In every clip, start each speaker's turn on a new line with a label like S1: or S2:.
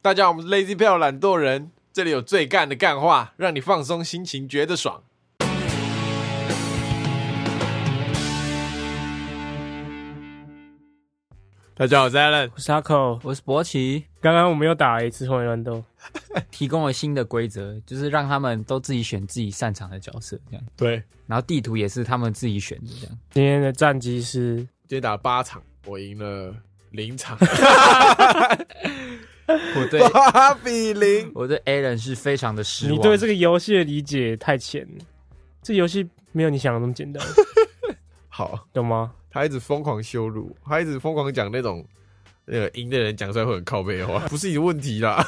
S1: 大家好，我们是 Lazy 票懒惰人，这里有最干的干话，让你放松心情，觉得爽。大家好，我是 Alan。
S2: 我是阿寇。
S3: 我是博奇，
S2: 刚刚我们又打了一次荒野乱斗，
S3: 提供了新的规则，就是让他们都自己选自己擅长的角色，这样。
S1: 对，
S3: 然后地图也是他们自己选的， 这样。
S2: 今天的战绩是
S1: 今天打了八场，我赢了零场，
S3: 我对
S1: 八比零。
S3: 我对 a l a n 是非常的失望。
S2: 你对这个游戏的理解太浅了，这游戏没有你想的那么简单，
S1: 好，
S2: 懂吗？
S1: 他一直疯狂羞辱，他一直疯狂讲那种。那个赢的人讲出来会很靠背的 话，不是你的问题啦，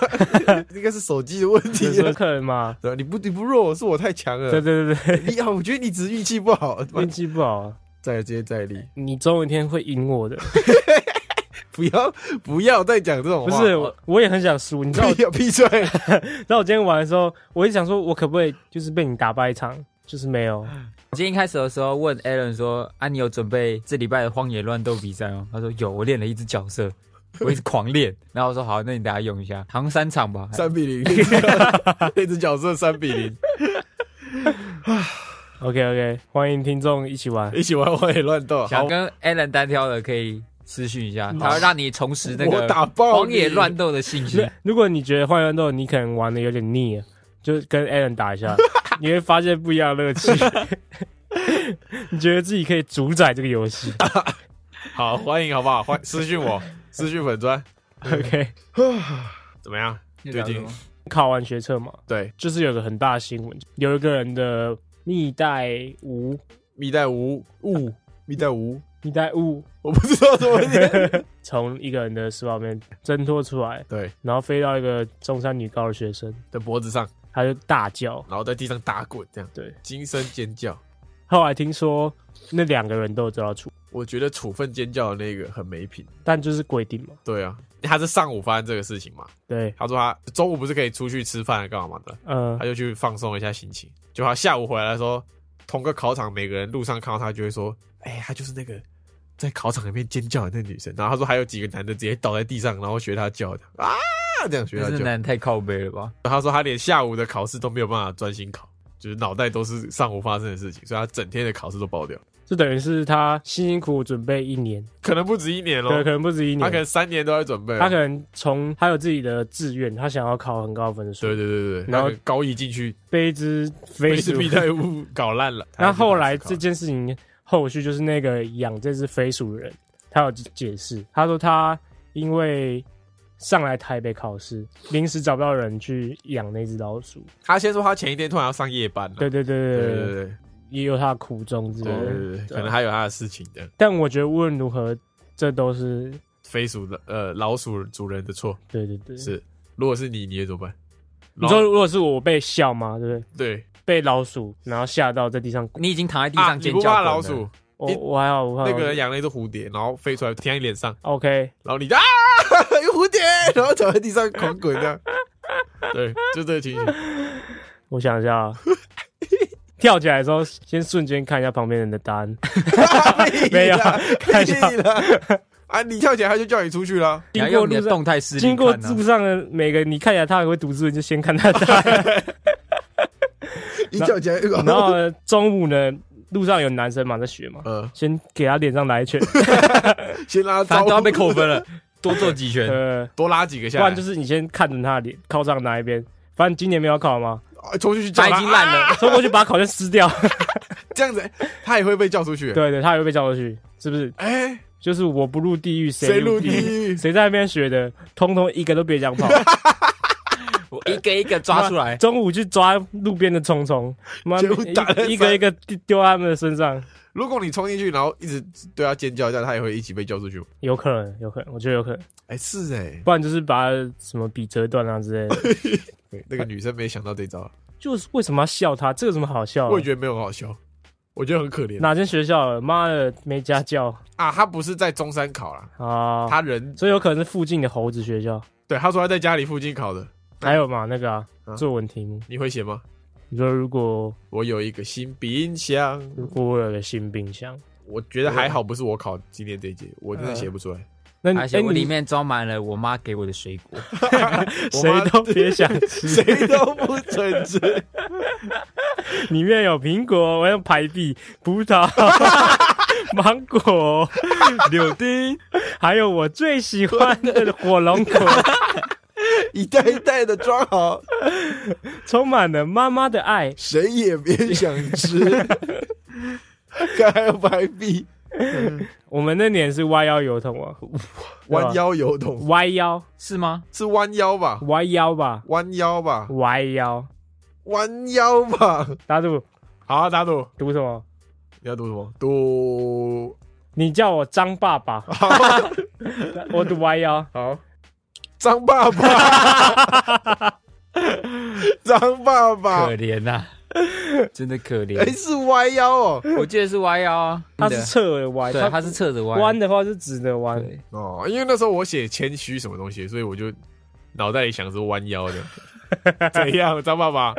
S1: 应该是手机的问题
S2: 这是
S1: 啦。
S2: 客人嘛？
S1: 对吧？你不你不弱，是我太强了
S2: 对。对对对，
S1: 你啊，我觉得你只是运气不好，
S2: 运气不好啊，
S1: 再接再厉，
S2: 你总有一天会赢我的。
S1: 不要不要再讲这种
S2: 不
S1: 话，
S2: 是，我我也很想输，你知道我，
S1: 不要闭嘴，
S2: 你知道我今天玩的时候，我一直想说，我可不可以就是被你打败一场？就是没有，
S3: 我今天一开始的时候问 a l a n 说：“啊，你有准备这礼拜的荒野乱斗比赛吗？”他说：“有，我练了一只 角色，我一直狂练。”然后我说：“好，那你等下用一下，好像三场吧。
S1: 三比零， 那只角色三比零，
S2: OK OK，欢迎听众一起玩。
S1: 一起玩荒野乱斗，
S3: 想
S1: 好，
S3: 跟 a l a n 单挑的可以私讯一下，他会让你重拾那
S1: 嗯我
S3: 个
S1: 打爆
S3: 荒野
S1: 你
S3: 乱，斗的信心
S2: 那。如果你觉得《荒原斗》你可能玩的有点腻了，就跟 Alan 打一下，你会发现不一样的乐趣。你觉得自己可以主宰这个游戏
S1: 好欢迎好不好？欢私讯 我，私讯粉砖
S2: ？OK，
S1: 怎么样？
S3: 那叫什么
S1: 对
S2: 考完学测嘛，
S1: 对，
S2: 就是有个很大的新闻，有一个人的蜜袋鼯，
S1: 蜜袋鼯雾，蜜袋鼯，
S2: 蜜袋鼯
S1: 我不知道怎么 念，
S2: 从一个人的食管里面挣脱出来，
S1: 对，
S2: 然后飞到一个中山女高的学生，
S1: 在脖子上，
S2: 他就大叫。
S1: 然后在地上打滚，这样
S2: 对，
S1: 惊声尖叫。
S2: 后来听说那两个人都有遭到处，
S1: 我觉得处分尖叫的那个很没品，
S2: 但就是规定嘛，
S1: 对啊，他是上午发生这个事情嘛，
S2: 对，
S1: 他说他中午不是可以出去吃饭干嘛的，
S2: 嗯、
S1: 他就去放松一下心情。就他下午回来的时候，同个考场每个人路上看到他就会说：“哎、他就是那个在考场里面尖叫的那女生。”然后他说还有几个男的直接倒在地上，然后学他叫的啊，这样学他
S3: 那
S1: 叫。
S3: 男的太靠背了吧？
S1: 他说他连下午的考试都没有办法专心考，就是脑袋都是上午发生的事情，所以他整天的考试都爆掉，
S2: 就等于是他辛辛苦苦准备一年，
S1: 可能不止一年哦
S2: 对，，可能不止一
S1: 他可
S2: 年。
S1: 能三年都在准备哦。
S2: 他可能从他有自己的志愿，他想要考很高分数
S1: 对，对对对对，
S2: 然
S1: 然
S2: 后
S1: 后高一进去
S2: 被一只
S1: 被
S2: 飞
S1: 是
S2: 鼠。
S1: 必带物搞烂了。
S2: 那后来
S1: 他就开
S2: 这
S1: 始
S2: 件事情后续就是那个养这只飞鼠的人，他有解释，他说他因为上来台北考试，临时找不到人去养那只老鼠。
S1: 考他先说他前一天突然要上夜班了，
S2: 对对对
S1: 对
S2: 对
S1: 啊对
S2: 对，
S1: 对
S2: 也有他的苦衷之类
S1: 对
S2: 的。
S1: 对对，可能还有他的事情的。
S2: 但我觉得无论如何，这都是
S1: 飞鼠的呃老鼠主人的错
S2: 对对对。
S1: 是，如果是你，你会怎么办？
S2: 你说如果是我被笑吗？对不对？
S1: 对
S2: 被老鼠然后吓到在地上
S3: 你已经躺在地
S1: 啊，
S3: 上
S1: 你
S3: 尖
S1: 不
S3: 叫、
S1: 怕老鼠？？
S2: 我
S1: 你
S2: 我还好，我还好。
S1: 那个人养了一只蝴蝶，然后飞出来贴在你脸上，
S2: OK，
S1: 然后你就啊 有蝴蝶，然后躺在地上狂滚这样。对，就这个情 形。
S2: 我想一下啊，跳起来的时候先瞬间看一下旁边人的答案，没有开玩笑
S1: 屁啦啊！你跳起来，他就叫你出去了。
S3: 你要
S2: 经过
S3: 用你
S2: 路
S3: 的
S2: 上
S3: 动态视力
S2: 经过
S3: 看啊
S2: 路。上的每个你看起来他还会读书，你就先看他的答案。
S1: 一跳起来，呃然
S2: 然后呢中午呢，路上有男生嘛在学嘛，
S1: 呃，
S2: 先给他脸上来 一拳，
S1: 先拉招
S3: 反正
S1: 呼，
S3: 都要被扣分 了，多做几拳。
S2: 呃，
S1: 多拉几个
S2: 不
S1: 下来，
S2: 然就是你先看着他的脸靠上哪一边。反正今年没有考嘛，
S1: 啊冲出去叫
S3: 他
S1: 他
S3: 已经烂
S1: 啊
S3: 了，
S2: 冲过去把考卷撕掉。
S1: 这样子，他也会被叫出去。，
S2: 对对，他也会被叫过去，是不是？
S1: 哎，
S2: 就是我不入地狱，
S1: 谁入
S2: 地
S1: 地狱？
S2: 谁在那边学的，通通一个都别 想跑。。
S3: 我一个一个抓出来
S2: 中午去抓路边的虫虫，妈
S1: 结果打在
S2: 一一个一个丢丢到他们的身上，
S1: 如果你冲进去，然后一直对他尖叫一下，他也会一起被叫出去吗。
S2: 有可能，有可能，我觉得有可能，
S1: 哎，是哎，
S2: 不然就是把什么笔折断啊之类 的。
S1: 对那个女生没想到这招，
S2: 就是为什么要笑他？这有什么好笑的？
S1: 我也觉得没有很好笑，我觉得很可怜
S2: 哪间学校的？妈的，没家教
S1: 啊。他不是在中山考啦，
S2: 啊！
S1: 他嗯人
S2: 所以有可能是附近的猴子学校。
S1: 对他说他在家里附近考的，
S2: 还有嘛，那个啊
S1: 啊，
S2: 作文题目，
S1: 你会写吗？
S2: 你说如果
S1: 我有一个新冰箱，
S2: 如果我有个新冰箱，
S1: 嗯我觉得还好，不是我考今年这一届，我真的写不出来。
S2: 那你
S3: 而且
S2: 哎，
S3: 我里
S2: 你
S3: 面装满了我妈给我的水果，
S1: 我妈
S2: 谁都别想 吃，
S1: 谁都不准吃。
S2: 里面有苹果，我要排比葡萄、芒果、柳丁，还有我最喜欢的火龙果，
S1: 一袋一袋的装好，
S2: 充满了妈妈的爱。
S1: 谁也别想 吃。看还有白币
S2: 我们那年是弯腰油桶哦，
S1: 弯腰游桶
S2: 弯腰
S3: 是吗？
S1: 是弯腰吧？
S2: 弯腰吧，
S1: 弯腰吧，
S2: 弯腰。
S1: 弯腰吧。
S2: 打赌
S1: 好、啊，打赌，
S2: 赌什么？
S1: 你要赌什么？赌
S2: 你叫我张爸爸，
S1: 好，
S2: 我赌弯腰。
S1: 好，张爸爸， 张爸爸
S3: 啊可，怜呐、 真的可
S1: 哎、
S3: 怜。
S1: 是弯腰哦，
S3: 我记得是弯腰啊，
S2: 它是侧着弯，
S3: 对，
S2: 它
S3: 他是侧着弯
S2: 弯的话是直的弯。
S3: 对，
S1: 哦，因为那时候我写谦虚什么东西，所以我就脑袋里想着弯腰的， 怎样，张爸爸？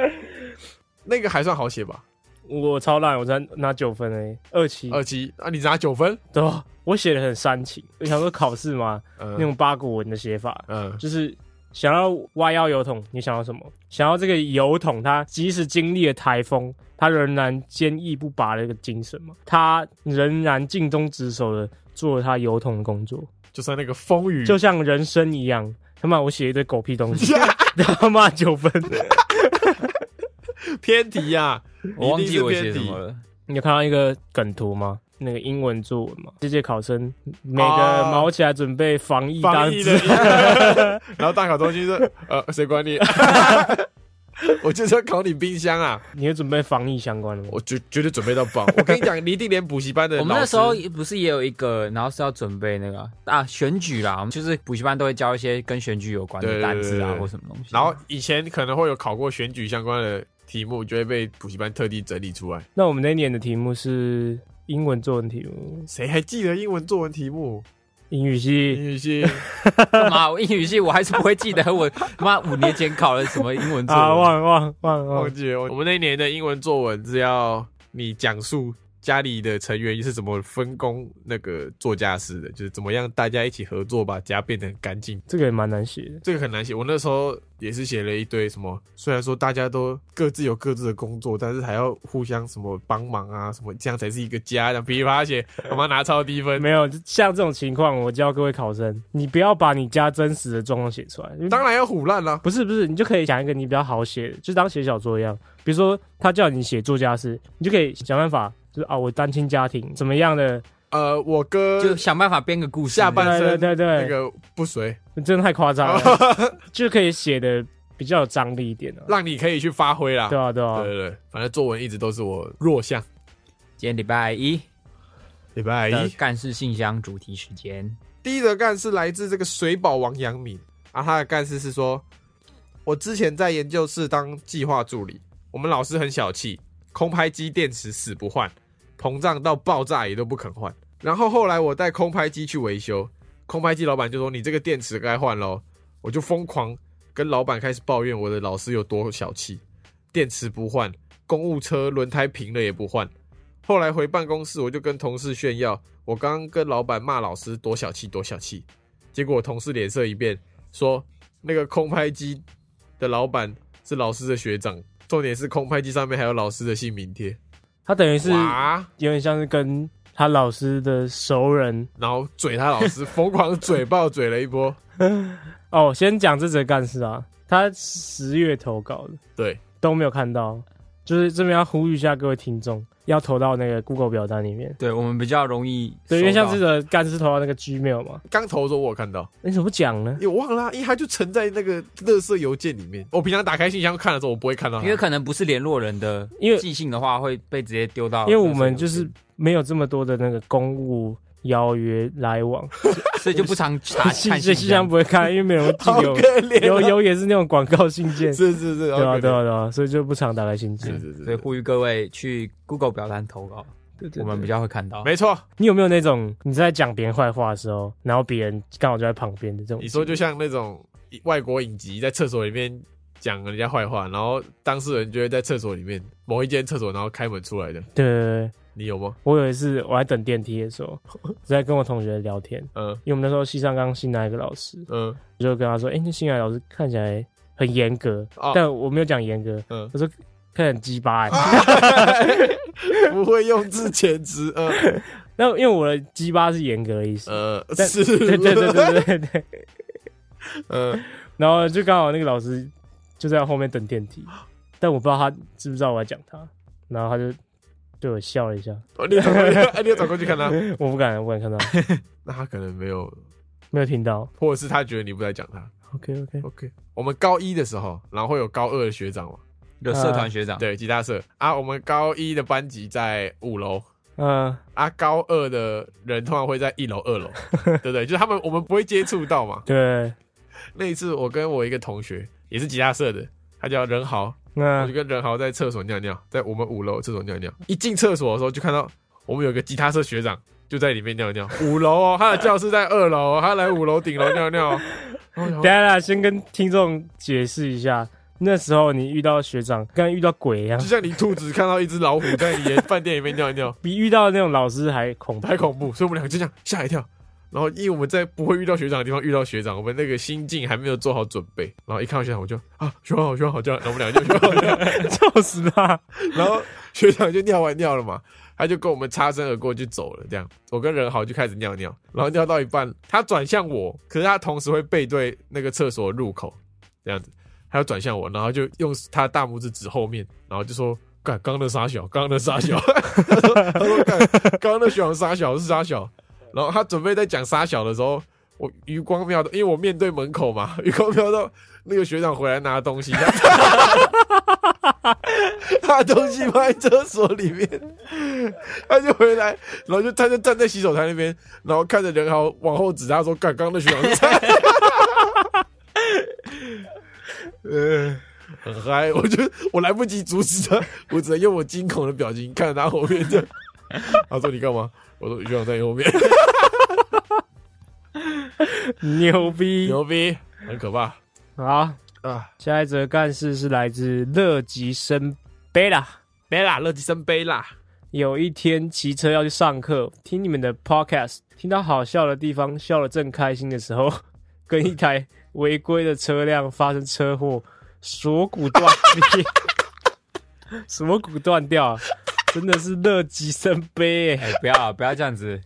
S1: 那个还算好写吧？
S2: 我超烂，我才拿九分哎、二七。
S1: 二七啊，你拿九分，
S2: 对吧，我写的很煽情，我想说考试嘛，那
S1: 嗯
S2: 种八股文的写法，
S1: 嗯，
S2: 就是想要弯腰油桶，你想要什么？想要这个油桶，它即使经历了台风，它仍然坚毅不拔的一个精神嘛，它仍然尽忠职守的做了它油桶的工作，
S1: 就算那个风雨，
S2: 就像人生一样。他妈，我写一堆狗 屁东西，他妈九分。
S1: 偏题呀、啊，
S3: 我忘
S1: 一
S3: 记
S1: 定
S3: 我
S1: 是
S3: 写
S1: 偏
S3: 什
S1: 题
S3: 么。了。
S2: 你有看到一个梗图吗？那个英文作文嘛，这届考生每个
S1: 哦
S2: 毛起来准备防疫
S1: 防
S2: 当
S1: 疫
S2: 自
S1: 的， 然后大考中心说，呃，谁管你？ 我就是要考你冰箱啊！
S2: 你有准备防疫相关的吗？
S1: 我绝绝对准备到爆。我跟你讲，你一定连补习班的
S3: 我们
S1: 老
S3: 那
S1: 师
S3: 时候不是也有一个，然后是要准备那个啊选举啦，我们就是补习班都会教一些跟选举有关
S1: 对
S3: 的
S1: 对
S3: 单词
S1: 对
S3: 啊
S1: 对
S3: 或什么东西。
S1: 然后以前可能会有考过选举相关的题目，就会被补习班特地整理出来。
S2: 那我们那一年的题目是英文作文题目，
S1: 谁还记得英文作文题目？
S2: 英语
S1: 英
S2: 系
S1: 语系
S3: 干嘛？我英语系我还是不会记得，我妈五年前考了什么英
S1: 嗯
S3: 文作
S2: 啊，
S3: 文。
S2: 忘忘忘
S1: 忘
S2: 忘，
S1: 记了。我们那一年的英文作文是要你讲述家里的成员是怎么分工那个做家事的，就是怎么样大家一起合作把家变得很干净。
S2: 这个也蛮难写的。
S1: 这个很难写。我那时候也是写了一堆什么，虽然说大家都各自有各自的工作，但是还要互相什么帮忙啊，什么这样才是一个家。然后噼里啪啦写，我妈拿超低分。
S2: 没有，像这种情况，我教各位考生，你不要把你家真实的状况写出来。因为
S1: 当然要唬烂啦，
S2: 不是不是，你就可以讲一个你比较好写的，就当写小说一样。比如说他叫你写作家诗，你就可以想办法，就是啊，我单亲家庭怎么样的，
S1: 呃，我
S3: 就
S1: 哥
S3: 想办法编个故事。
S1: 下半
S2: 对对
S1: 身
S2: 对对，
S1: 那个不随，
S2: 真的太 夸张了，就可以写的比较有张力一点啊。
S1: 让你可以去发挥啦。
S2: 对啊对啊
S1: 对，对对，反正作文一直都是我弱项。
S3: 今天礼拜一
S1: 礼拜
S3: 的
S2: 哎
S1: 一，
S3: 干事信箱主题时间，
S1: 第一则干事来自这个水保王阳明啊，他的干事是说，我之前在研究室当计划助理，我们老师很小气，空拍机电池死不换，膨胀到爆炸也都不肯换。然后后来我带空拍机去维修，空拍机老板就说你这个电池该换喽，我就疯狂跟老板开始抱怨我的老师有多小气，电池不换，公务车轮胎平了也不换。后来回办公室，我就跟同事炫耀，我刚刚跟老板骂老师多小气多小气，结果我同事脸色一变，说那个空拍机的老板是老师的学长，重点是空拍机上面还有老师的姓名贴，
S2: 他等于是
S1: 哇！
S2: 有点像是跟他老师的熟人
S1: 然后嘴他老师，疯狂嘴爆嘴了一波。
S2: 哦。先讲这则干事啊，他十月投稿的
S1: 对，
S2: 都没有看到，就是这边要呼吁一下各位听众，要投到那个 Google 表单里面。
S3: 对我们比较容易收到。
S2: 对，因为像这则干事投到那个 Gmail 嘛，
S1: 刚投的时候我有看到，
S2: 你怎么不讲呢？
S1: 也忘了啊、因为他就存在那个垃圾邮件里面。我平常打开信箱看的时候，我不会看到它，
S3: 因为可能不是联络人的，
S2: 因为
S3: 寄信的话会被直接丢到，
S2: 因为我们就是没有这么多的那个公务邀约 来往，
S3: 所以就 不常查看
S2: 信
S3: 信
S2: 信箱
S3: 箱。
S2: 不会看，因为没有人寄
S1: 好
S2: 邮
S1: 可，怜、
S2: 邮
S1: 哦，
S2: 邮也是那种广告信 件，
S1: 是是是，
S2: 对啊
S1: 好可怜
S2: 对啊对啊，所以就不常打开信件
S1: 是。是
S3: 所以
S1: 是，
S3: 呼吁各位去 Google 表单投稿，
S2: 对对
S3: 我们比较会看到。
S1: 没错。
S2: 你有没有那种你在讲别人坏话的时候，然后别人刚好就在旁边的这种？
S1: 你说就像那种外国影集，在厕所里面讲人家坏话，然后当事人就会在厕所里面某一间厕所，然后开门出来的。
S2: 对对对对，
S1: 你有吗？
S2: 我有一次我还等电梯的时候， 我在跟我同学聊天，
S1: 嗯
S2: 因为我们那时候西上刚新来一个老师，
S1: 嗯
S2: 我就跟他说：“哎、那新来的老师看起来很严格，
S1: 哦
S2: 但我没有讲严格，
S1: 嗯，啊
S2: 我说看起来很鸡巴、欸。
S1: 不会用字遣词， 呃
S2: 那因为我的鸡巴是严格的意思，
S1: 呃，
S2: 但
S1: 是，
S2: 对对对对对对。
S1: 嗯，
S2: 然后就刚好那个老师就在后面等电梯，但我不知道他知不知道我在讲他，然后他就对我笑了一下，
S1: 哦你有转 过去，哎，你有转过去看他，
S2: 我不敢，我不敢看到，
S1: 那他可能没有，
S2: 没有听到。
S1: 或者是他觉得你不在讲他。
S2: OK OK，
S1: OK，我们高一的时候，然后会有高二的学长嘛，
S3: 有社
S2: 啊
S3: 团学长，
S1: 对，吉他社啊，我们高一的班级在五楼。
S2: 嗯
S1: 啊，高二的人通常会在一楼、二 楼，对不对？就是他们我们不会接触到嘛。
S2: 对，
S1: 那一次我跟我一个同学，也是吉他社的，他叫任豪，我
S2: 那
S1: 就跟任豪在厕所尿尿，在我们五楼厕所尿尿。一进厕所的时候，就看到我们有个吉他社学长就在里面尿尿，五楼哦，他的教室在二楼、哦，他来五楼顶楼尿尿、哦。然后我想
S2: 等一
S1: 说
S2: 下啦，先跟听众解释一下，那时候你遇到学长跟遇到鬼一样
S1: 就，像你兔子看到一只老虎在你的饭店里面尿尿，
S2: 比遇到那种老师还恐怖。
S1: 太 恐怖，所以我们两个就这样吓一跳。然后因为我们在不会遇到学长的地方遇到学长，我们那个心境还没有做好准备。然后一看到学长，我就啊，学长好，学长好，这样，然后我们两个就学长好这样，
S2: 笑死
S1: 啊
S2: 他！
S1: 然后学长就尿完尿了嘛，他就跟我们擦身而过就走了。这样，我跟任豪就开始尿尿，然后尿到一半，他转向我，可是他同时会背对那个厕所入口，这样子，他就转向我，然后就用他的大拇指指后面，然后就说。干，刚刚那傻小，刚刚那傻小， 他说，他说干，刚刚那小傻小是傻小，然后他准备在讲傻小的时候，我余光瞄到，因为我面对门口嘛，余光瞄到那个学长回来拿东西，他他的东西放在厕所里面， 他就回来，然后就他就站在洗手台那边，然后看着任豪往后指，他说：“干，刚刚那学长在。” 呃，很嗨，我就我来不及阻止他，我只能用我惊恐的表情看着他后面的。 他说：“你干嘛？”我说：“学长在你后 面，
S2: 牛逼！
S1: 牛逼，很可怕
S2: 好，
S1: 啊！
S2: 下一则干事是来自乐极生悲啦。
S1: 没啦，乐极生悲啦。
S2: 有一天骑车要去上课，听你们的 podcast，听到好笑的地方，笑得正开心的时候， 跟一台违规的车辆发生车祸，锁骨断裂， 锁骨断掉，啊真的是乐极生悲、欸、
S3: 哎，不要啊不要这 样子，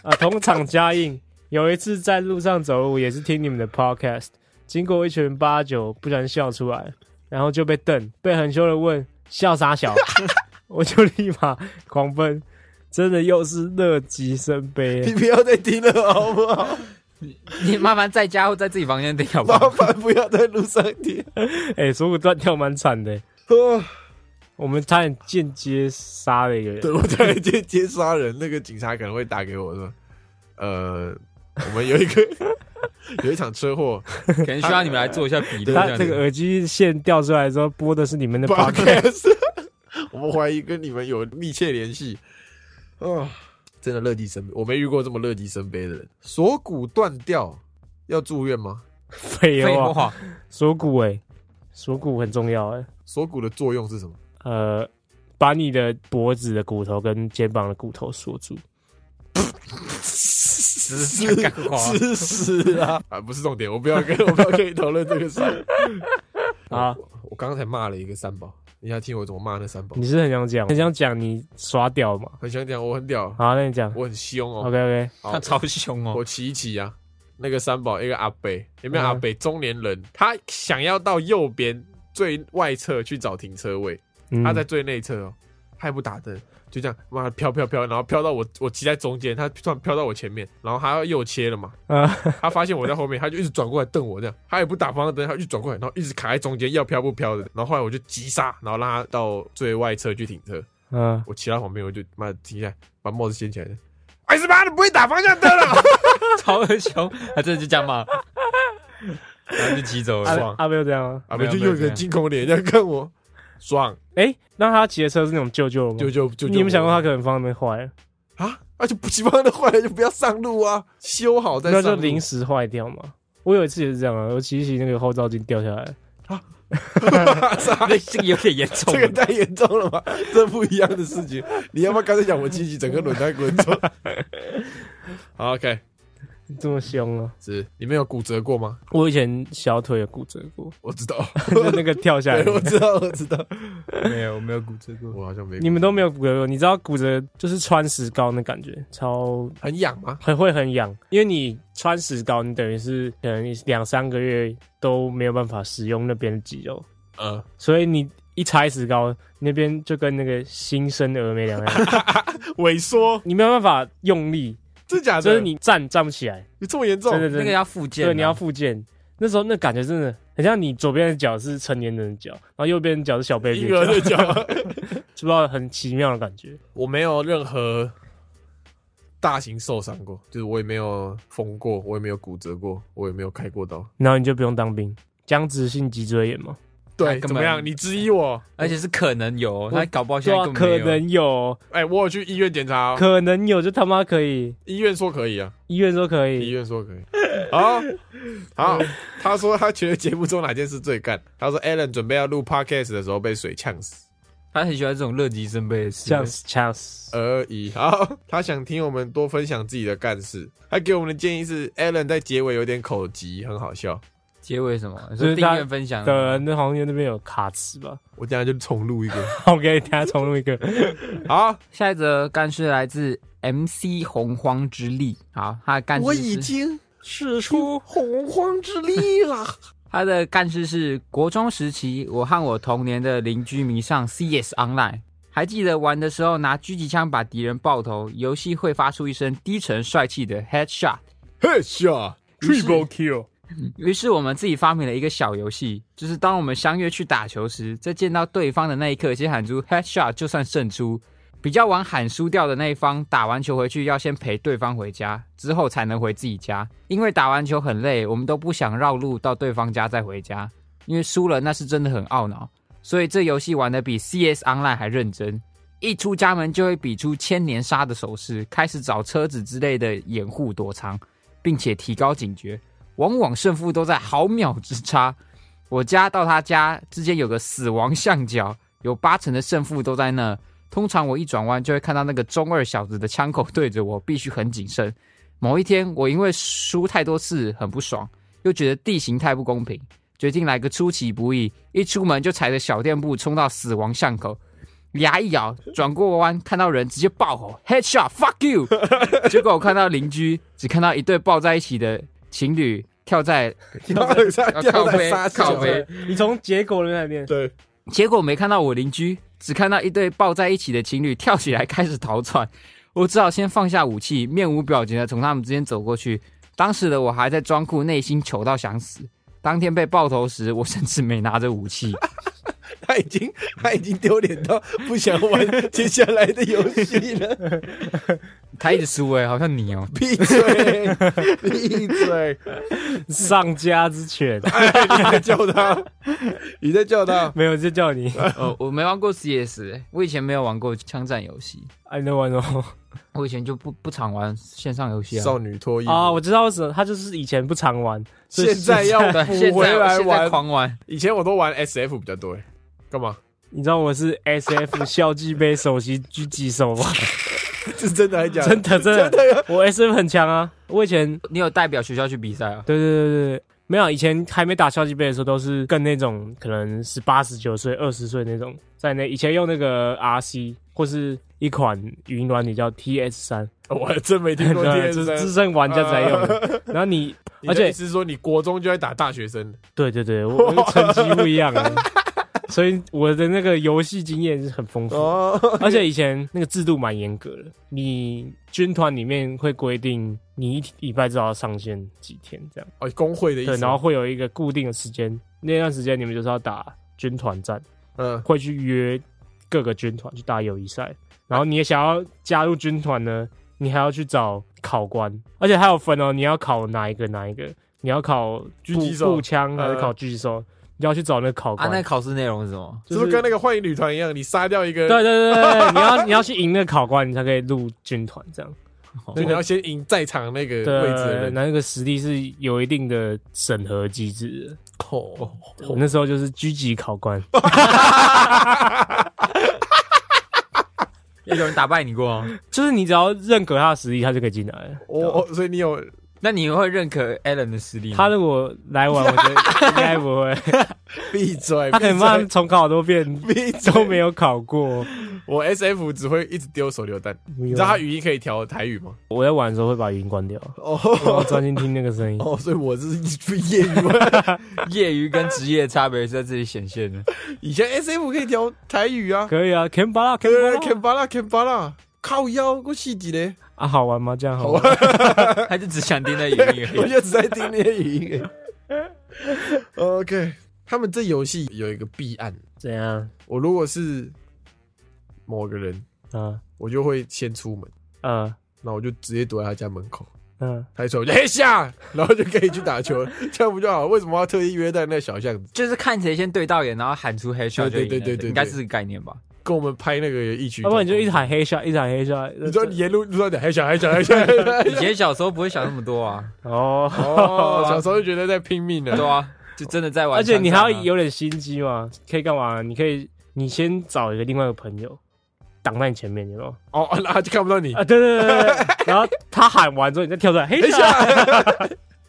S2: 啊！同场加映。有一次在路上走路，也是听你们的 podcast，经过一群八九，不小心笑出来，然后就被瞪，被很凶的问笑 啥小，我就立马狂奔，真的又是乐极生
S1: 你
S2: 悲。
S1: 不要再听了好不好？
S3: 你麻烦在家或在自己房间听好不
S1: 麻
S3: 好？
S1: 烦不要在路上听。
S2: 哎、锁骨断掉蛮惨的，
S1: 哦
S2: 我们差点间接杀了一个人
S1: 对，。我在接接杀人，那个警察可能会打给我说，呃，我们有一个有一场车祸，
S3: 可能需要你们来做一下笔录这
S2: 他
S3: 样
S2: 这个
S3: 子。
S2: 耳机线掉出来之后，播的是你们的
S1: 抱
S2: podcast。
S1: 歉，我们怀疑跟你们有密切联系。啊、真的乐极生悲，我没遇过这么乐极生悲的人。锁骨断掉要住院吗？
S2: 废
S3: 废
S2: 话，
S3: 话，
S2: 锁骨哎、锁骨很重要哎、
S1: 锁骨的作用是什么？
S2: 呃，把你的脖子的骨头跟肩膀的骨头锁住。
S1: 是
S3: 干话
S1: 是是啊，啊，不是重点，我不要跟我不要跟你讨论这个事儿。
S2: 啊
S1: 我，我刚刚才骂了一个三宝，你要听我怎么骂那三宝
S2: 你？是很想讲，很想讲你耍屌嘛？
S1: 很想讲，我很屌，
S2: 好，那你讲。
S1: 我很凶哦。
S2: OK OK，
S1: 好
S3: 他超凶哦
S1: 我，骑一骑啊，那个三宝一个阿北，有没有
S2: 嗯
S1: 阿北中年人？他想要到右边最外侧去找停车位，
S2: 嗯
S1: 他在最内侧哦，他也不打灯，就这样妈的飘飘飘，然后飘到我 我骑在中间，他突然飘到我前面，然后他要右切 了嘛，
S2: 啊，
S1: 他发现我在后面，他就一直转过来瞪我这样，他也不打方向灯，他就转过来，然后一直卡在中间要飘不飘的，然后后来我就急刹，然后让他到最外侧去停车，
S2: 嗯，
S1: 我骑到旁边我就妈的停下来，把帽子掀起来。哎，是妈的不会打方向灯啊了！
S3: 超凶，他真的就这样骂，然后就骑走了。
S1: 爽
S2: 阿阿没有这样吗？
S1: 啊，
S3: 没
S1: 没
S3: 有
S1: 就
S3: 没有
S1: 用一
S3: 这
S1: 个
S3: 样
S1: 惊恐脸这样看我，爽，
S2: 哎，那他骑的车是那种旧旧的吗？
S1: 就就就
S2: 嗯你有没有想过他
S1: 过
S2: 可能放那边坏了，
S1: 他啊？而且不喜欢的坏了就不要上路啊，修好再
S2: 那
S1: 上
S2: 就
S1: 路
S2: 临时坏掉嘛？我有一次也是这样啊，我骑一骑那个后照镜掉下来，
S1: 啊，
S3: 这这个有点严重
S1: 这。个太严重了吧？这不一样的事情，你要不要干脆讲我亲戚整个轮胎滚 走？好，OK，
S2: 这么凶啊！
S1: 是你们有骨折过吗？
S2: 我以前小腿有骨折过，
S1: 我知 道，
S2: 就那个跳 下来
S1: 对，
S2: 的
S1: 我。知道，我知道，
S3: 没有，我没有骨折过。
S1: 我好像没，
S2: 你们都没有骨折过，你知道骨折就是穿石膏那感觉，超
S1: 很痒吗？
S2: 很会很痒，因为你穿石膏，你等于是可能两三个月都没有办法使用那边的肌肉，
S1: 呃，
S2: 所以你一拆石膏，那边就跟那个新生儿没两 样，
S1: 萎缩，
S2: 你没有办法用力，
S1: 真
S3: 啊
S1: 假的？
S2: 就是你站站不起来，
S1: 你这么严重
S2: 真的
S3: 那
S2: 真
S3: 个
S2: 的，
S3: 要复健啊，
S2: 对，你要复健。那时候那感觉真的很像你左边的脚是成年人的脚，然后右边的脚是小 baby，
S1: 婴
S2: 的
S1: 儿
S2: 脚
S1: 的脚。
S2: 知不知道很奇妙的感觉？
S1: 我没有任何大型受伤过，就是我也没有缝过，我也没有骨折过，我也没有开过刀。
S2: 然后你就不用当兵，僵直性脊椎炎嘛？
S3: 对
S1: 对，
S3: 根本
S1: 怎么样？你质疑我？
S3: 而且是可能有哦，
S2: 我
S3: 他搞不好现
S2: 对
S3: 在
S2: 啊，
S3: 根本
S2: 可
S3: 没有。
S2: 能有，
S1: 哎、我有去医院检查、哦，
S2: 可能有，就他妈可以，
S1: 医院说可以 啊，
S2: 医院说可
S1: 医
S2: 以。
S1: 院说可以。 好，好，他说他觉得节目中哪件事最干？他说 Alan 准备要录 podcast 的时候被水呛死。
S3: 他很喜欢这种乐极生悲的事。
S2: 这样子，这样子，
S1: 而已。好，他想听我们多分享自己的干事。他给我们的建议是，Alan 在结尾有点口急，很好笑。
S3: 结尾什么？
S2: 就是是
S3: 订
S2: 他
S3: 阅分享
S2: 对，那好像那边有卡词 吧？
S1: 我等一下就重录一个。
S2: OK，等一下重录一个。
S1: 好，
S3: 下一则干事来自 MC 洪荒之力。好，他的干事是
S1: 经使出洪荒之力了。
S3: 他的干事是国中时期，我和我同年的邻居迷上 CS Online，还记得玩的时候拿狙击枪把敌人爆头，游戏会发出一声低沉帅气的 headshot。
S1: 嘿下
S3: 于是
S2: Triple Kill，
S3: 于是我们自己发明了一个小游戏，就是当我们相约去打球时，在见到对方的那一刻，先喊出 headshot 就算胜出。比较晚喊输掉的那一方，打完球回去要先陪对方回家，之后才能回自己家。因为打完球很累，我们都不想绕路到对方家再回家，因为输了那是真的很懊恼。所以这游戏玩的比 CS Online 还认真，一出家门就会比出千年杀的手势，开始找车子之类的掩护躲藏，并且提高警觉。往往胜负都在毫秒之差。我家到他家之间有个死亡巷角，有八成的胜负都在那。通常我一转弯就会看到那个中二小子的枪口对着我，必须很谨慎。某一天，我因为输太多次很不爽，又觉得地形太不公平，决定来个出其不意。一出门就踩着小店铺冲到死亡巷口，牙一咬，转过弯看到人直接爆吼 “headshot fuck you”。结 果我看到邻居只看到一对抱在一起的情侣跳在
S1: 跳在
S3: 啊
S1: 跳
S3: 靠
S1: 在
S3: 背
S1: 沙
S3: 靠
S1: 丘
S3: 背
S2: 对你从结果那边念，
S1: 对，
S3: 结果没看到我邻居，只看到一对抱在一起的情侣跳起来开始逃窜。我只好先放下武器，面无表情的从他们之间走过去。当时的我还在装酷，内心糗到想死。当天被爆头时，我甚至没拿着武 器。
S1: 他已经他已经丢脸到不想玩接下来的游戏了。
S3: 他一直输哎、好像你哦、
S1: 闭嘴，闭嘴！
S2: 上家之 犬，
S1: 哎，你在叫他，你在叫他。
S2: 没有就叫你。
S3: 呃，我没玩过 CS，、欸、我以前没有玩过枪战游戏，
S2: I know I know。
S3: 我以前就不不常玩线上游戏啊。
S1: 少女脱衣舞
S2: 啊，我知道为什么，他就是以前不常玩，所以
S1: 现在要
S3: 对，
S1: 补
S3: 现
S1: 回
S3: 在
S1: 来
S3: 现在
S1: 玩。
S3: 狂玩，
S1: 以前我都玩 SF 比较多，哎干嘛？
S2: 你知道我是 SF 校际杯首席狙击手吗？
S1: 是真的还是假的？
S2: 真的真的，我 SF 很强啊！我以前
S3: 你有代表学校去比赛啊？
S2: 对对对对，没有以前还没打校际杯的时候，都是跟那种可能十八、十九岁、二十岁那种，在那以前用那个 RC 或是一款语音软体叫 TS 三，
S1: 我还真没 听过
S2: 对
S1: TS
S2: 就
S1: 三啊
S2: 是资深玩家才用的。然后你，
S1: 你
S2: 而
S1: 的
S2: 且
S1: 意思是说你国中就在打大学生？
S2: 对对对，我我的成绩不一样啊，所以我的那个游戏经验是很 丰富的。
S1: 哦，
S2: 而且以前那个制度蛮严格的，你军团里面会规定你一礼拜至少要上线几天这样，
S1: 哦，工会的意
S2: 对，
S1: 思。
S2: 然后，会有一个固定的时间，那段时间你们就是要打军团战，
S1: 嗯，
S2: 会去约各个军团去打友谊赛，然后你也想要加入军团呢，你还要去找考官，而且还有分哦，你要考哪一个哪一个，你要考
S1: 狙击
S2: 步
S1: 手嗯
S2: 步枪还是考狙击手，你要去找那个考
S3: 啊，
S2: 官，
S3: 那考试内容是什么？
S1: 是不是跟那个幻影女团一样，你杀掉一个，
S2: 对对对对，对你要你要去赢那个考官，你才可以入军团这样。
S1: 就你要先赢在场那个位置的
S2: 对，
S1: 人。
S2: 那个实力是有一定的审核机制的。
S1: 哦，
S2: 我那时候就是狙击考官，
S3: 有人打败你过吗？
S2: 就是你只要认可他的实力，他就可以进来了。
S1: 我哦我所以你有
S3: 那你会认可 Alan 的实
S1: 嗯
S3: 力吗？
S2: 他如果来玩，我觉得应该不 会，
S1: 闭嘴，
S2: 他可能慢慢重考很多遍
S1: 闭嘴
S2: 都没有考过。
S1: 我 S F 只会一直丢手榴弹，
S2: 你
S1: 你知道他语音可以调台语吗？
S2: 我在玩的时候会把语音 关掉，然后
S1: 哦
S2: 专心听那个声音。
S1: 哦，所以我这是业 余。
S3: 业余跟职业差别是在这里显现的。
S1: 以前 S F 可以调台语啊，
S2: 可以啊，can 巴拉
S1: 可
S2: can
S1: 以
S2: 巴拉
S1: can 巴拉 can 巴拉，靠腰我细节嘞，
S2: 啊，好玩吗？这样好玩。
S3: 他就只想盯在语音
S1: 我
S3: 而已。
S1: 就只在听那些语音而已。OK，他们这游戏有一个弊案，
S2: 怎样
S1: 我如果是某个人，
S2: 啊？
S1: 我就会先出门，
S2: 呃
S1: 那我就直接躲在他家门口。
S2: 嗯，
S1: 他一说嘿哎下，然后就可以去打 球了，这样不就好了？为什么要特意约在那小巷子？
S3: 就是看谁先对到眼，然后喊出 headshot 就赢
S1: 对对
S3: 了
S1: 对对对
S3: 应该是这个概念吧？
S1: 跟我们拍那个一曲，
S2: 要不然你就一直， 喊黑下，一直喊黑下。
S1: 你知道你沿路路上讲嘿下嘿下嘿下。嘿下
S3: 以前小时候不会想那么多 啊，
S2: 哦，
S1: 哦，小时候就觉得在拼命
S3: 对
S1: 了，
S3: 啊，就真的在玩
S2: 而
S3: 枪战啊。
S2: 且你还要有点心机嘛？可以干嘛？你可以，你先找一个另外一个朋友挡在你前面，你知道吗？
S1: 哦，那他就看不到你。
S2: 啊，对对对对对。然后他喊完之后，你再跳出来黑
S1: 嘿
S2: 下。
S1: 下，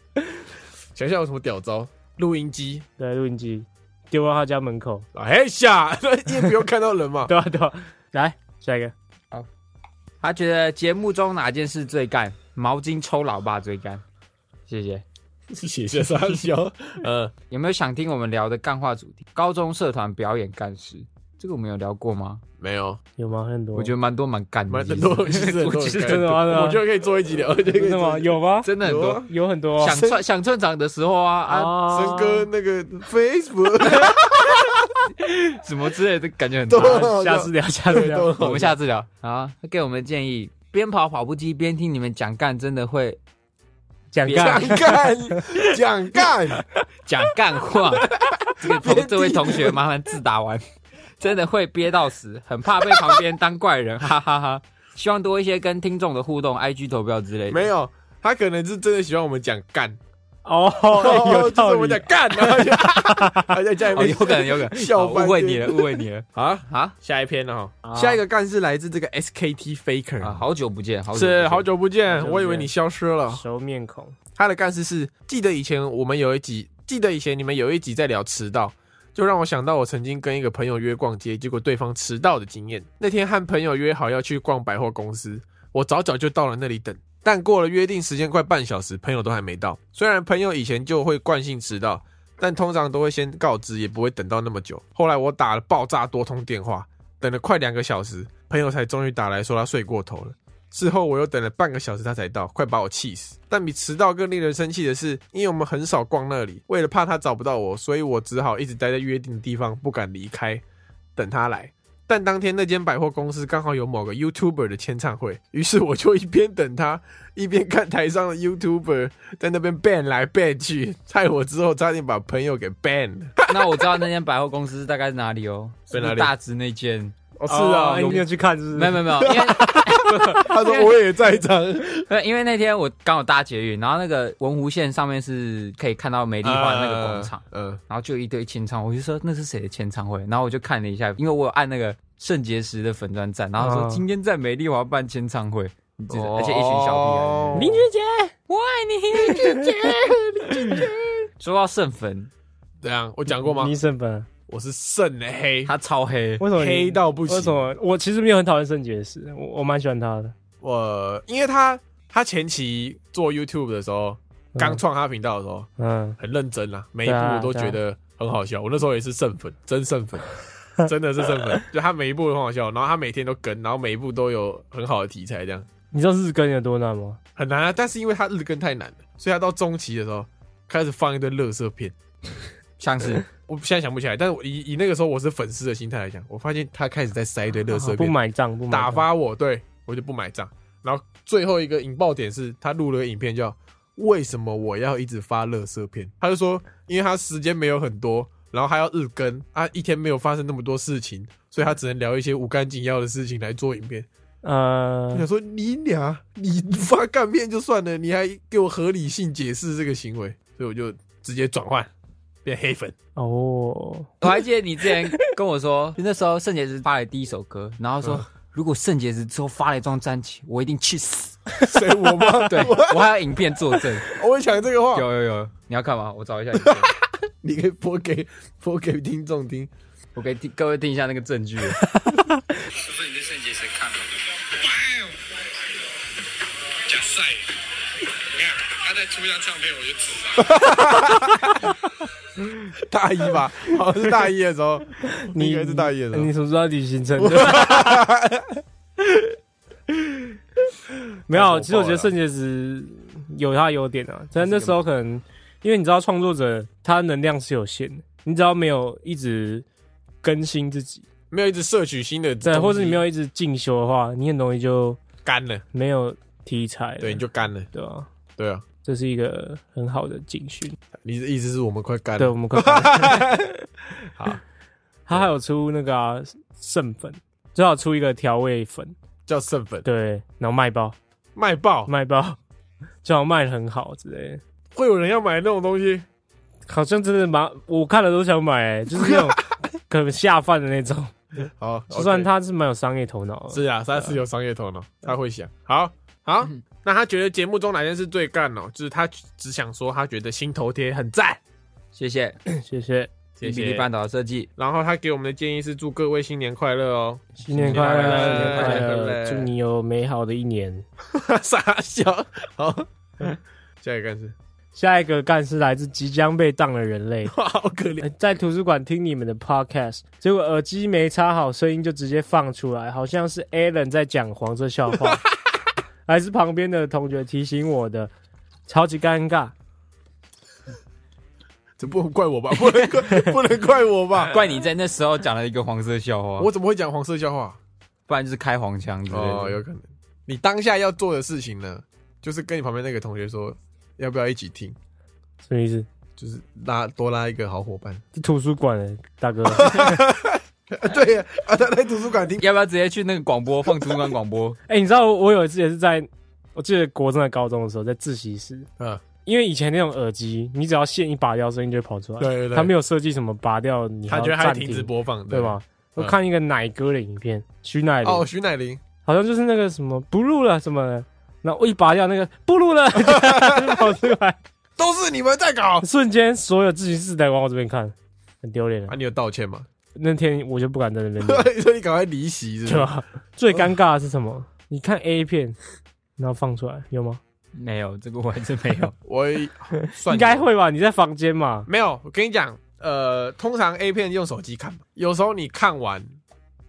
S1: 想想有什么屌招？录音机
S2: 对，录音机丢到他家门口，
S1: 啊，嘿下， 你也不用看到人 嘛。
S2: 对吧？对吧？啊来下一个，
S3: 他觉得节目中哪件事最干？毛巾抽老爸最干。谢谢。
S1: 写下傻笑， 嗯，
S3: 有没有想听我们聊的干话主题？高中社团表演干事，这个我们有聊过吗？
S1: 没有，
S2: 有吗？很多，
S3: 我觉得蛮多蛮干的，
S1: 蛮
S3: 其实
S1: 多，其实很
S3: 我
S1: 多
S3: 觉
S1: 人
S3: 得
S1: 看，
S2: 真的吗真的吗
S1: 我觉得可以做一集聊，真
S2: 真的吗？有吗？
S3: 真的很
S1: 有
S3: 多
S1: 啊。
S2: 有很多
S3: 想村想村长的时候啊啊，
S2: 啊
S1: 森哥那个 Facebook
S3: 什么之类的感 觉很
S1: 都
S3: 大。
S1: 很好笑
S2: 啊下次聊，下次聊
S1: 都。
S3: 我们下次聊啊。他给我们建议，边跑跑步机边听你们讲干，真的会
S2: 讲干
S1: 讲干讲干，
S3: 讲干 话。这个同这位同学麻烦自打完，真的会憋到死，很怕被旁边当怪人， 哈哈哈。希望多一些跟听众的互动，IG 投票之类的。哦
S1: 没有，他可能是真的喜欢我们讲干，
S2: 哦，哎有
S1: 就是
S2: 道
S1: 我们
S2: 理
S1: 讲。干，然后就 还在家里
S3: 哦，
S1: 面
S3: 有可能，有可 能，
S1: 笑
S3: 哦
S1: 翻
S3: 误会
S1: 天
S3: 你了，误会 你了
S1: 啊。
S3: 啊
S1: 下一篇了哈，下一个干是来自这个 SKT Faker
S3: 啊！好久不见，好久不见
S1: 是好久不
S2: 好久
S1: 见，
S2: 不见
S1: 我以为你消失了。
S2: 熟面孔，
S1: 他的干事是记得以前我们有一集，记得以前你们有一集在聊迟到，就让我想到我曾经跟一个朋友约逛街，结果对方迟到的经验。那天和朋友约好要去逛百货公司，我早早就到了那里等，但过了约定时间快半小时，朋友都还没到。虽然朋友以前就会惯性迟到，但通常都会先告知，也不会等到那么久。后来我打了爆炸多通电话，等了快两个小时，朋友才终于打来说他睡过头了。事后我又等了半个小时，他才到，快把我气死。但比迟到更令人生气的是，因为我们很少逛那里，为了怕他找不到我，所以我只好一直待在约定的地方，不敢离开，等他来。但当天那间百货公司刚好有某个 YouTuber 的签唱会，于是我就一边等他，一边看台上的 YouTuber 在那边 ban 来 ban 去，害我之后差点把朋友给 ban 了。
S3: 那我知道那间百货公司大概是哪里哦，
S1: 在哪里
S3: 是大直那间。
S1: 哦，是
S2: 哦
S1: 啊，
S2: 哎
S1: 有
S2: 你有去看是不是？
S3: 没有没有没有，因为
S1: 他说我也在场，
S3: 呃因为那天我刚好搭捷运，然后那个文湖线上面是可以看到美丽华那个广场，
S1: 嗯，嗯，
S3: 然后就有一堆签唱会，我就说那是谁的签唱会？然后我就看了一下，因为我有按那个肾结石的粉专站，然后他
S2: 嗯
S3: 说今天在美丽华办签唱会，你知道
S1: 哦
S3: 而且一群小
S1: 哦
S3: 屁孩。
S2: 林俊杰，
S3: 我爱你，说到剩粉，
S1: 怎样？我讲过吗
S2: 你？是什么？
S1: 我是肾黑，
S3: 他超黑，
S2: 为什么你
S1: 黑到不行。
S2: 为什么？我其实没有很讨厌圣洁石，我我蛮喜欢他的。
S1: 我因为他他前期做 YouTube 的时候，
S2: 嗯
S1: 刚创他频道的时候，
S2: 嗯，
S1: 很认真啦，每一步我都觉得很好笑。我那时候也是肾粉，真肾粉，真的是肾粉。就他每一步都很好笑，然后他每天都跟，然后每一步都有很好的题材，这样
S2: 你知道日更有多难吗？
S1: 很难啊。但是因为他日更太难了，所以他到中期的时候开始放一堆乐色片。
S3: 像是
S1: 我现在想不起来，但是我以以那个时候我是粉丝的心态来讲，我发现他开始在塞一堆乐色
S2: 啊不
S1: 片，
S2: 买账，不买账
S1: 打。发我，对我就不买账。然后最后一个引爆点是他录了个影片叫《为什么我要一直发乐色片》，他就说因为他时间没有很多，然后他要日啊更，他一天没有发生那么多事情，所以他只能聊一些无关紧要的事情来做影片。
S2: 呃
S1: 我，想说你俩，你发干片就算了，你还给我合理性解释这个行为，所以我就直接转换变黑粉。
S2: 哦，
S3: 我还记得你之前跟我说， 那时候圣洁石发了第一首歌，然后说、
S1: 嗯
S3: 如果圣洁石之后发了一张专辑，我一定去 死。
S1: 谁我吗？
S3: 对 我还有影片作证，
S1: 哦我会讲这个话，
S3: 有有有，你要看吗？我找一下 影片，
S1: 你可以播给播给听众听。
S3: 我给听各位听一下那个证据。
S4: 我说你对圣洁石看法怎么样？假赛，你看他在出一张唱片我就自杀。
S1: 大一 吧，好像是大一的时候，
S2: 你
S1: 应该是大一的时候
S2: 哎你。怎么知道旅 行程的？没有，其实我觉得圣洁石有它的优点啊，但那时候可能因为你知道创作者他能量是有限的，你只要没有一直更新自己，
S1: 没有一直摄取新的东
S2: 对，
S1: 西，
S2: 或者你没有一直进修的话，你很容易就
S1: 干了，
S2: 没有题材了，
S1: 对，你就干了，
S2: 对啊，
S1: 对啊，
S2: 这是一个很好的警讯。
S1: 你的意思是我们快干
S2: 对，
S1: 了
S2: 我，们快看。
S1: 好，
S2: 他还有出那个啊剩、粉，最好出一个调味粉，
S1: 叫剩粉
S2: 对，然后卖爆。
S1: 卖爆，
S2: 卖爆，最好卖的很好之类的。
S1: 会有人要买那种东西？
S2: 好像真的蛮，我看了都想买、欸，就是 那种可能下饭的那种。
S1: 好，
S2: 就算
S1: OK
S2: 他是蛮有商业头脑的，
S1: 是啊，他是有商业头脑，他会想，好好，
S2: 嗯
S1: 那他觉得节目中哪件事最干哦？就是他只想说，他觉得心头贴很赞，
S3: 谢谢，
S2: 谢谢，
S1: 谢
S3: 比利
S1: 谢。
S3: 半岛的设计，
S1: 然后他给我们的建议是祝各位新年快乐哦，
S2: 新年快乐，
S3: 新
S2: 新
S3: 年
S2: 年
S3: 快乐
S2: 快
S1: 新年快乐
S2: 乐，祝你有美好的一年。
S1: 傻笑。 好，下一个是，
S2: 下一个干是来自即将被当的人类，
S1: 哇， 好可怜，
S2: 呃在图书馆听你们的 podcast，结果耳机没插好，声音就直接放出来，好像是 Alan 在讲黄色笑话， 还是旁边的同学提醒我的，超级尴尬。
S1: 这不能怪我吧？ 不能怪，不能 怪我吧？
S3: 怪你在那时候讲了一个黄色笑话，
S1: 我怎么会讲黄色笑话？
S3: 不然就是开黄腔之类的。
S1: 哦，有可能。你当下要做的事情呢，就是跟你旁边那个同学说，要不要一起听？
S2: 什么意思？
S1: 就是拉多拉一个好伙伴。
S2: 这图书馆的大 哥，
S1: 啊 对呀，啊，他在图书馆听。
S3: 要不要直接去那个广播放主管广播？
S2: 哎、你知道我有一次也是在，我记得国中的高中的时候，在自习室，
S1: 嗯，
S2: 因为以前那种耳机，你只要线一拔掉，声音就会跑出来。
S1: 对对对
S2: 他没有设计什么拔掉，你还
S1: 他
S2: 要
S1: 觉得他
S2: 暂
S1: 停
S2: 停
S1: 止，播放，
S2: 对？吗？
S1: 嗯
S2: 我看一个奶哥的影片，徐乃麟，
S1: 哦，徐乃麟，
S2: 好像就是那个什么不录了什么的，然后我一拔掉那个不录了， 就跑出来，
S1: 都是你们在搞。
S2: 瞬间所有自习室的人往我这边看，很丢脸了
S1: 啊，。你有道歉吗？
S2: 那天我就不敢在那边 录，
S1: 所以你赶快离席，是
S2: 对
S1: 吧？
S2: 吧？最尴尬的是什么？你看 A 片，然后放出来有吗？
S3: 没有，这个我还真没有。
S1: 我算
S2: 应该
S1: 有
S2: 会吧？你在房间嘛？
S1: 没有。我跟你讲，呃，通常 A 片用手机看嘛，有时候你看完，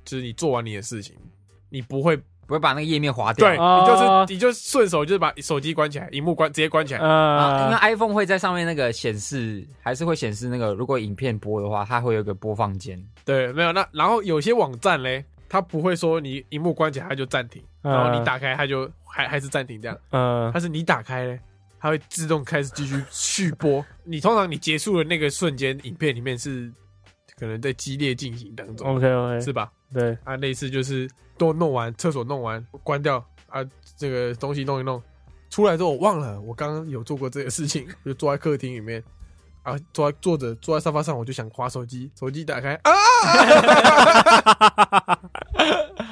S1: 就是你做完你的事情，你不会
S3: 不会把那个页面划掉。
S1: 对，你
S2: 哦
S1: 就是你就顺手就是把手机关起来，荧幕关直接关起来，
S3: 啊，因为
S2: 呃，
S3: iPhone 会在上面那个显示，还是会显示那个，如果影片播的话，它会有个播放键。
S1: 对，没有那然后有些网站嘞，它不会说你荧幕关起来它就暂停，
S2: 嗯
S1: 然后你打开它就还还是暂停这样，
S2: 呃，
S1: 但是你打开嘞，它会自动开始继续续播。 你通常你结束的那个瞬间，影片里面是可能在激烈进行当中，
S2: OK OK，
S1: 是吧？
S2: 对，
S1: 啊，类似就是都弄完厕所弄完关掉啊，这个东西弄一弄，出来之后我忘了我刚刚有做过这个事情，我就坐在客厅里面。啊，坐在坐着坐在沙发上，我就想划手机，手机打开啊，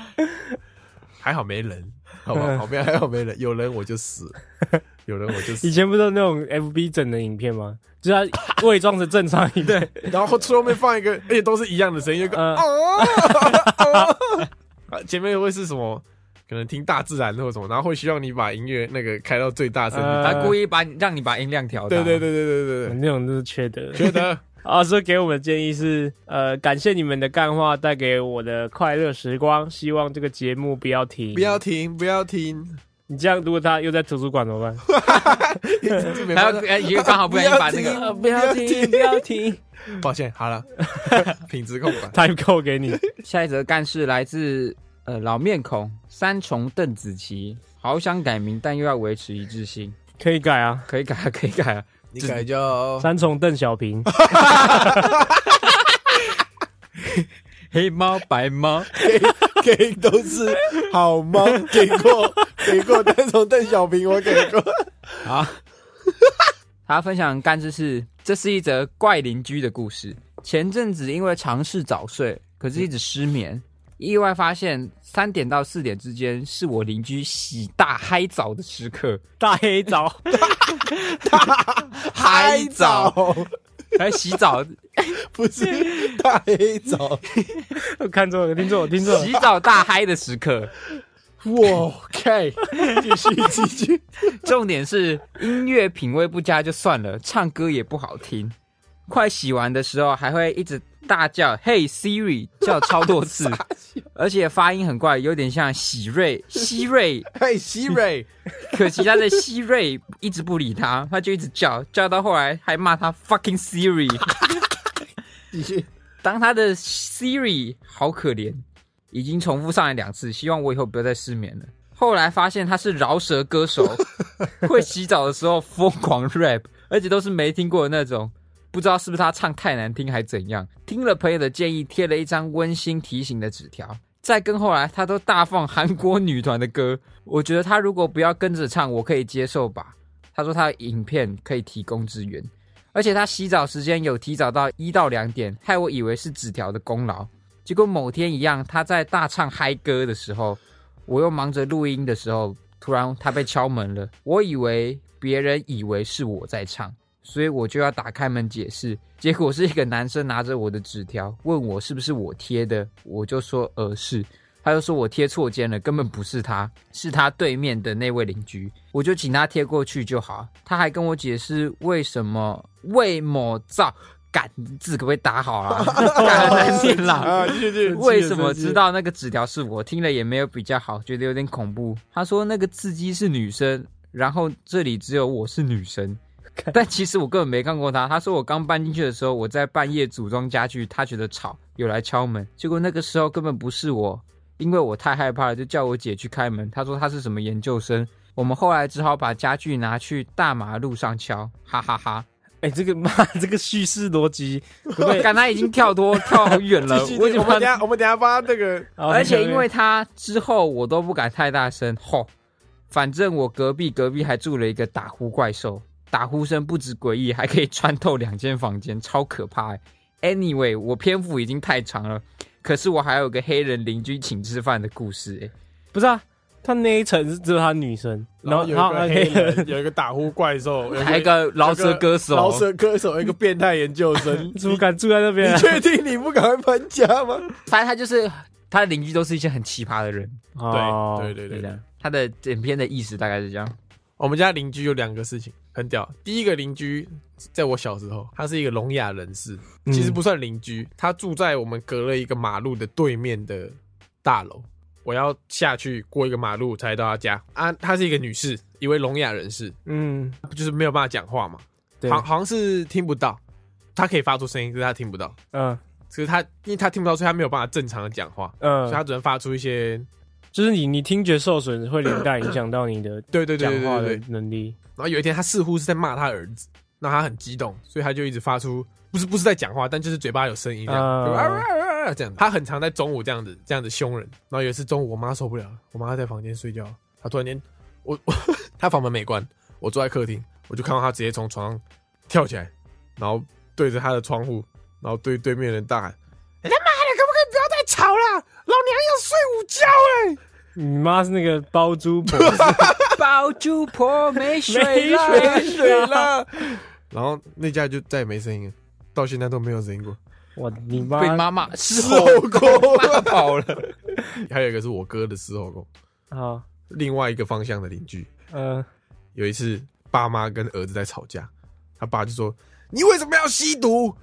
S1: 还好没人，好吧，旁边还好没人，有人我就死了，有人我就死
S2: 以
S1: 了，
S2: 前不是有那种 FB 整的影片吗？就是他伪装成正常影片，
S1: 然后最后面放一个，而且都是一样的声音，有个
S2: 呃，
S1: 啊， 前面会是什么？可能听大自然或什么，然后会希望你把音乐那个开到最大声。
S2: 呃
S3: 他故意把你让你把音量调大。
S1: 对对对对对对
S2: 那种就是缺德。
S1: 对，觉得
S2: 啊，所以给我们的建议是，呃，感谢你们的干话带给我的快乐时光，希望这个节目不要停。
S1: 不要停，不要 停，
S2: 你这样，如果他又在图书馆怎么 办？
S1: 没
S3: 然
S1: 办
S3: 后
S1: 法
S3: 呃，一个刚好呃不小心把那
S1: 不
S3: 个
S1: 要停不要停
S2: 不要停
S1: 抱歉，好 了，品质控管。
S2: ，time code 给你。
S3: 下一则干事来自呃老面孔三重邓紫棋，好想改名，但又要维持一致性，
S2: 可以改啊，
S3: 可以改啊，可以改啊。
S1: 你改叫
S2: 三重邓 小平，
S3: 黑猫白猫，
S5: 给都是好猫，给过给过，但从邓小平我给过。
S3: 啊。他分享干知识，这是一则怪邻居的故事。前阵子因为尝试早睡，可是一直失眠，意外发现三点到四点之间是我邻居洗大嗨澡的时刻。
S2: 大黑澡，
S3: 嗨澡，来洗 澡，
S5: 不是大黑澡，
S2: 我看错了，听错了，听错了
S3: 洗。澡大嗨的时刻。
S5: 我 K，继续继续。
S3: 重点是音乐品味不佳就算了，唱歌也不好听。快洗完的时候还会一直大叫 “Hey Siri”，叫超多 次，而且发音很怪，有点像喜 瑞、希瑞。
S5: 嘿，希瑞，
S3: 可惜他的希瑞一直不理他，他就一直叫，叫到后来还骂他 “fucking Siri”。
S5: 继 续。
S3: 当他的 Siri 好可怜，已经重复上来两次，希望我以后不要再失眠了。后来发现他是饶舌歌手，会洗澡的时候疯狂 rap，而且都是没听过的那种，不知道是不是他唱太难听还怎样。听了朋友的建议，贴了一张温馨提醒的纸条。再跟后来，他都大放韩国女团的歌，我觉得他如果不要跟着唱，我可以接受吧。他说他的影片可以提供支援，而且他洗澡时间有提早到一到两点，害我以为是纸条的功劳。结果某天一样，他在大唱嗨歌的时候，我又忙着录音的时候，突然他被敲门了。我以为别人以为是我在唱，所以我就要打开门解释。结果是一个男生拿着我的纸条问我是不是我贴的，我就说呃是。他就说我贴错间了，根本不是他，是他对面的那位邻居，我就请他贴过去就好。他还跟我解释为什么为某造干字可不可以打好啊？干很难念啦。
S5: 啊，继续继续。
S3: 为什么知道那个纸条是我？听了也没有比较好，觉得有点恐怖。他说那个字迹是女生，然后这里只有我是女生，但其实我根本没看过他。他说我刚搬进去的时候，我在半夜组装家具，他觉得吵，有来敲门，结果那个时候根本不是我，因为我太害怕了，就叫我姐去开门。她说她是什么研究生，我们后来只好把家具拿去大马路上敲，哈哈哈
S2: 哎，这个妈，这个叙事逻辑，
S3: 对，刚才已经跳多跳好远了，
S1: 继续
S3: 呃我已经
S1: 我们等一下我们等一下帮他那个
S2: 好
S3: 而且因为他之后我都不敢太大声吼，反正我隔壁隔壁还住了一个打呼怪兽，打呼声不止诡异，还可以穿透两间房间，超可怕、欸。Anyway，我篇幅已经太长了，可是我还有个黑人邻居请吃饭的故事、欸，
S2: 不是啊，他那一层是只有他女生，然
S1: 然后
S2: 后
S1: 有一个黑
S2: 人，，
S1: 人，有一个打呼怪兽，有
S3: 还有一个饶舌歌手，
S5: 饶舌歌手一个变态研究 生
S2: 怎么 敢住在那边
S5: 你
S2: 啊？
S5: 确定你不赶快搬家吗？
S3: 反正他就是他的邻居都是一些很奇葩的人，
S2: 哦
S1: 对对对
S3: 对
S1: 对对
S3: 的。。他的整篇的意思大概是这样，
S1: 我们家邻居有两个事情很屌。第一个邻居，在我小时候，他是一个聋哑人士，
S2: 嗯
S1: 其实不算邻居，他住在我们隔了一个马路的对面的大楼。我要下去过一个马路才到他家啊。她是一个女士，一位聋哑人士，
S2: 嗯，
S1: 就是没有办法讲话嘛，
S2: 对，
S1: 好好像是听不到，她可以发出声音，可是她听不到。
S2: 嗯
S1: 可是她因为她听不到，所以她没有办法正常的讲话，所以她
S2: 嗯，
S1: 只能发出一些
S2: 就是你你听觉受损会连带影响到你的
S1: 对对对
S2: 讲
S1: 对
S2: 话
S1: 对
S2: 的
S1: 对。
S2: 能力。
S1: 然后有一天，他似乎是在骂他儿子，那他很激动，所以他就一直发出不是不是在讲话，但就是嘴巴有声音这样，
S2: 嗯
S1: 就啊啊啊啊这样。他很常在中午这样子这样子凶人。然后有一次中午，我妈受不了了，我妈在房间睡觉，她突然间，我 我她房门没关，我坐在客厅，我就看到她直接从床上跳起来，然后对着她的窗户，然后对对面的人大喊：“你他哎妈的，可不可以不要再吵了？老娘要睡午觉哎、
S2: 你妈是那个包租婆，
S3: 包租婆 没水了，
S2: 没
S1: 没水了。 然后那家就再也没声音了，到现在都没有声音过。
S2: 我你
S3: 被
S2: 妈
S3: 妈妈嘶吼过，骂跑了。
S1: 还有一个是我哥的狮吼狗，
S2: 好，
S1: 另外一个方向的邻居，
S2: 嗯，
S1: 有一次爸妈跟儿子在吵架，他爸就说：“你为什么要吸毒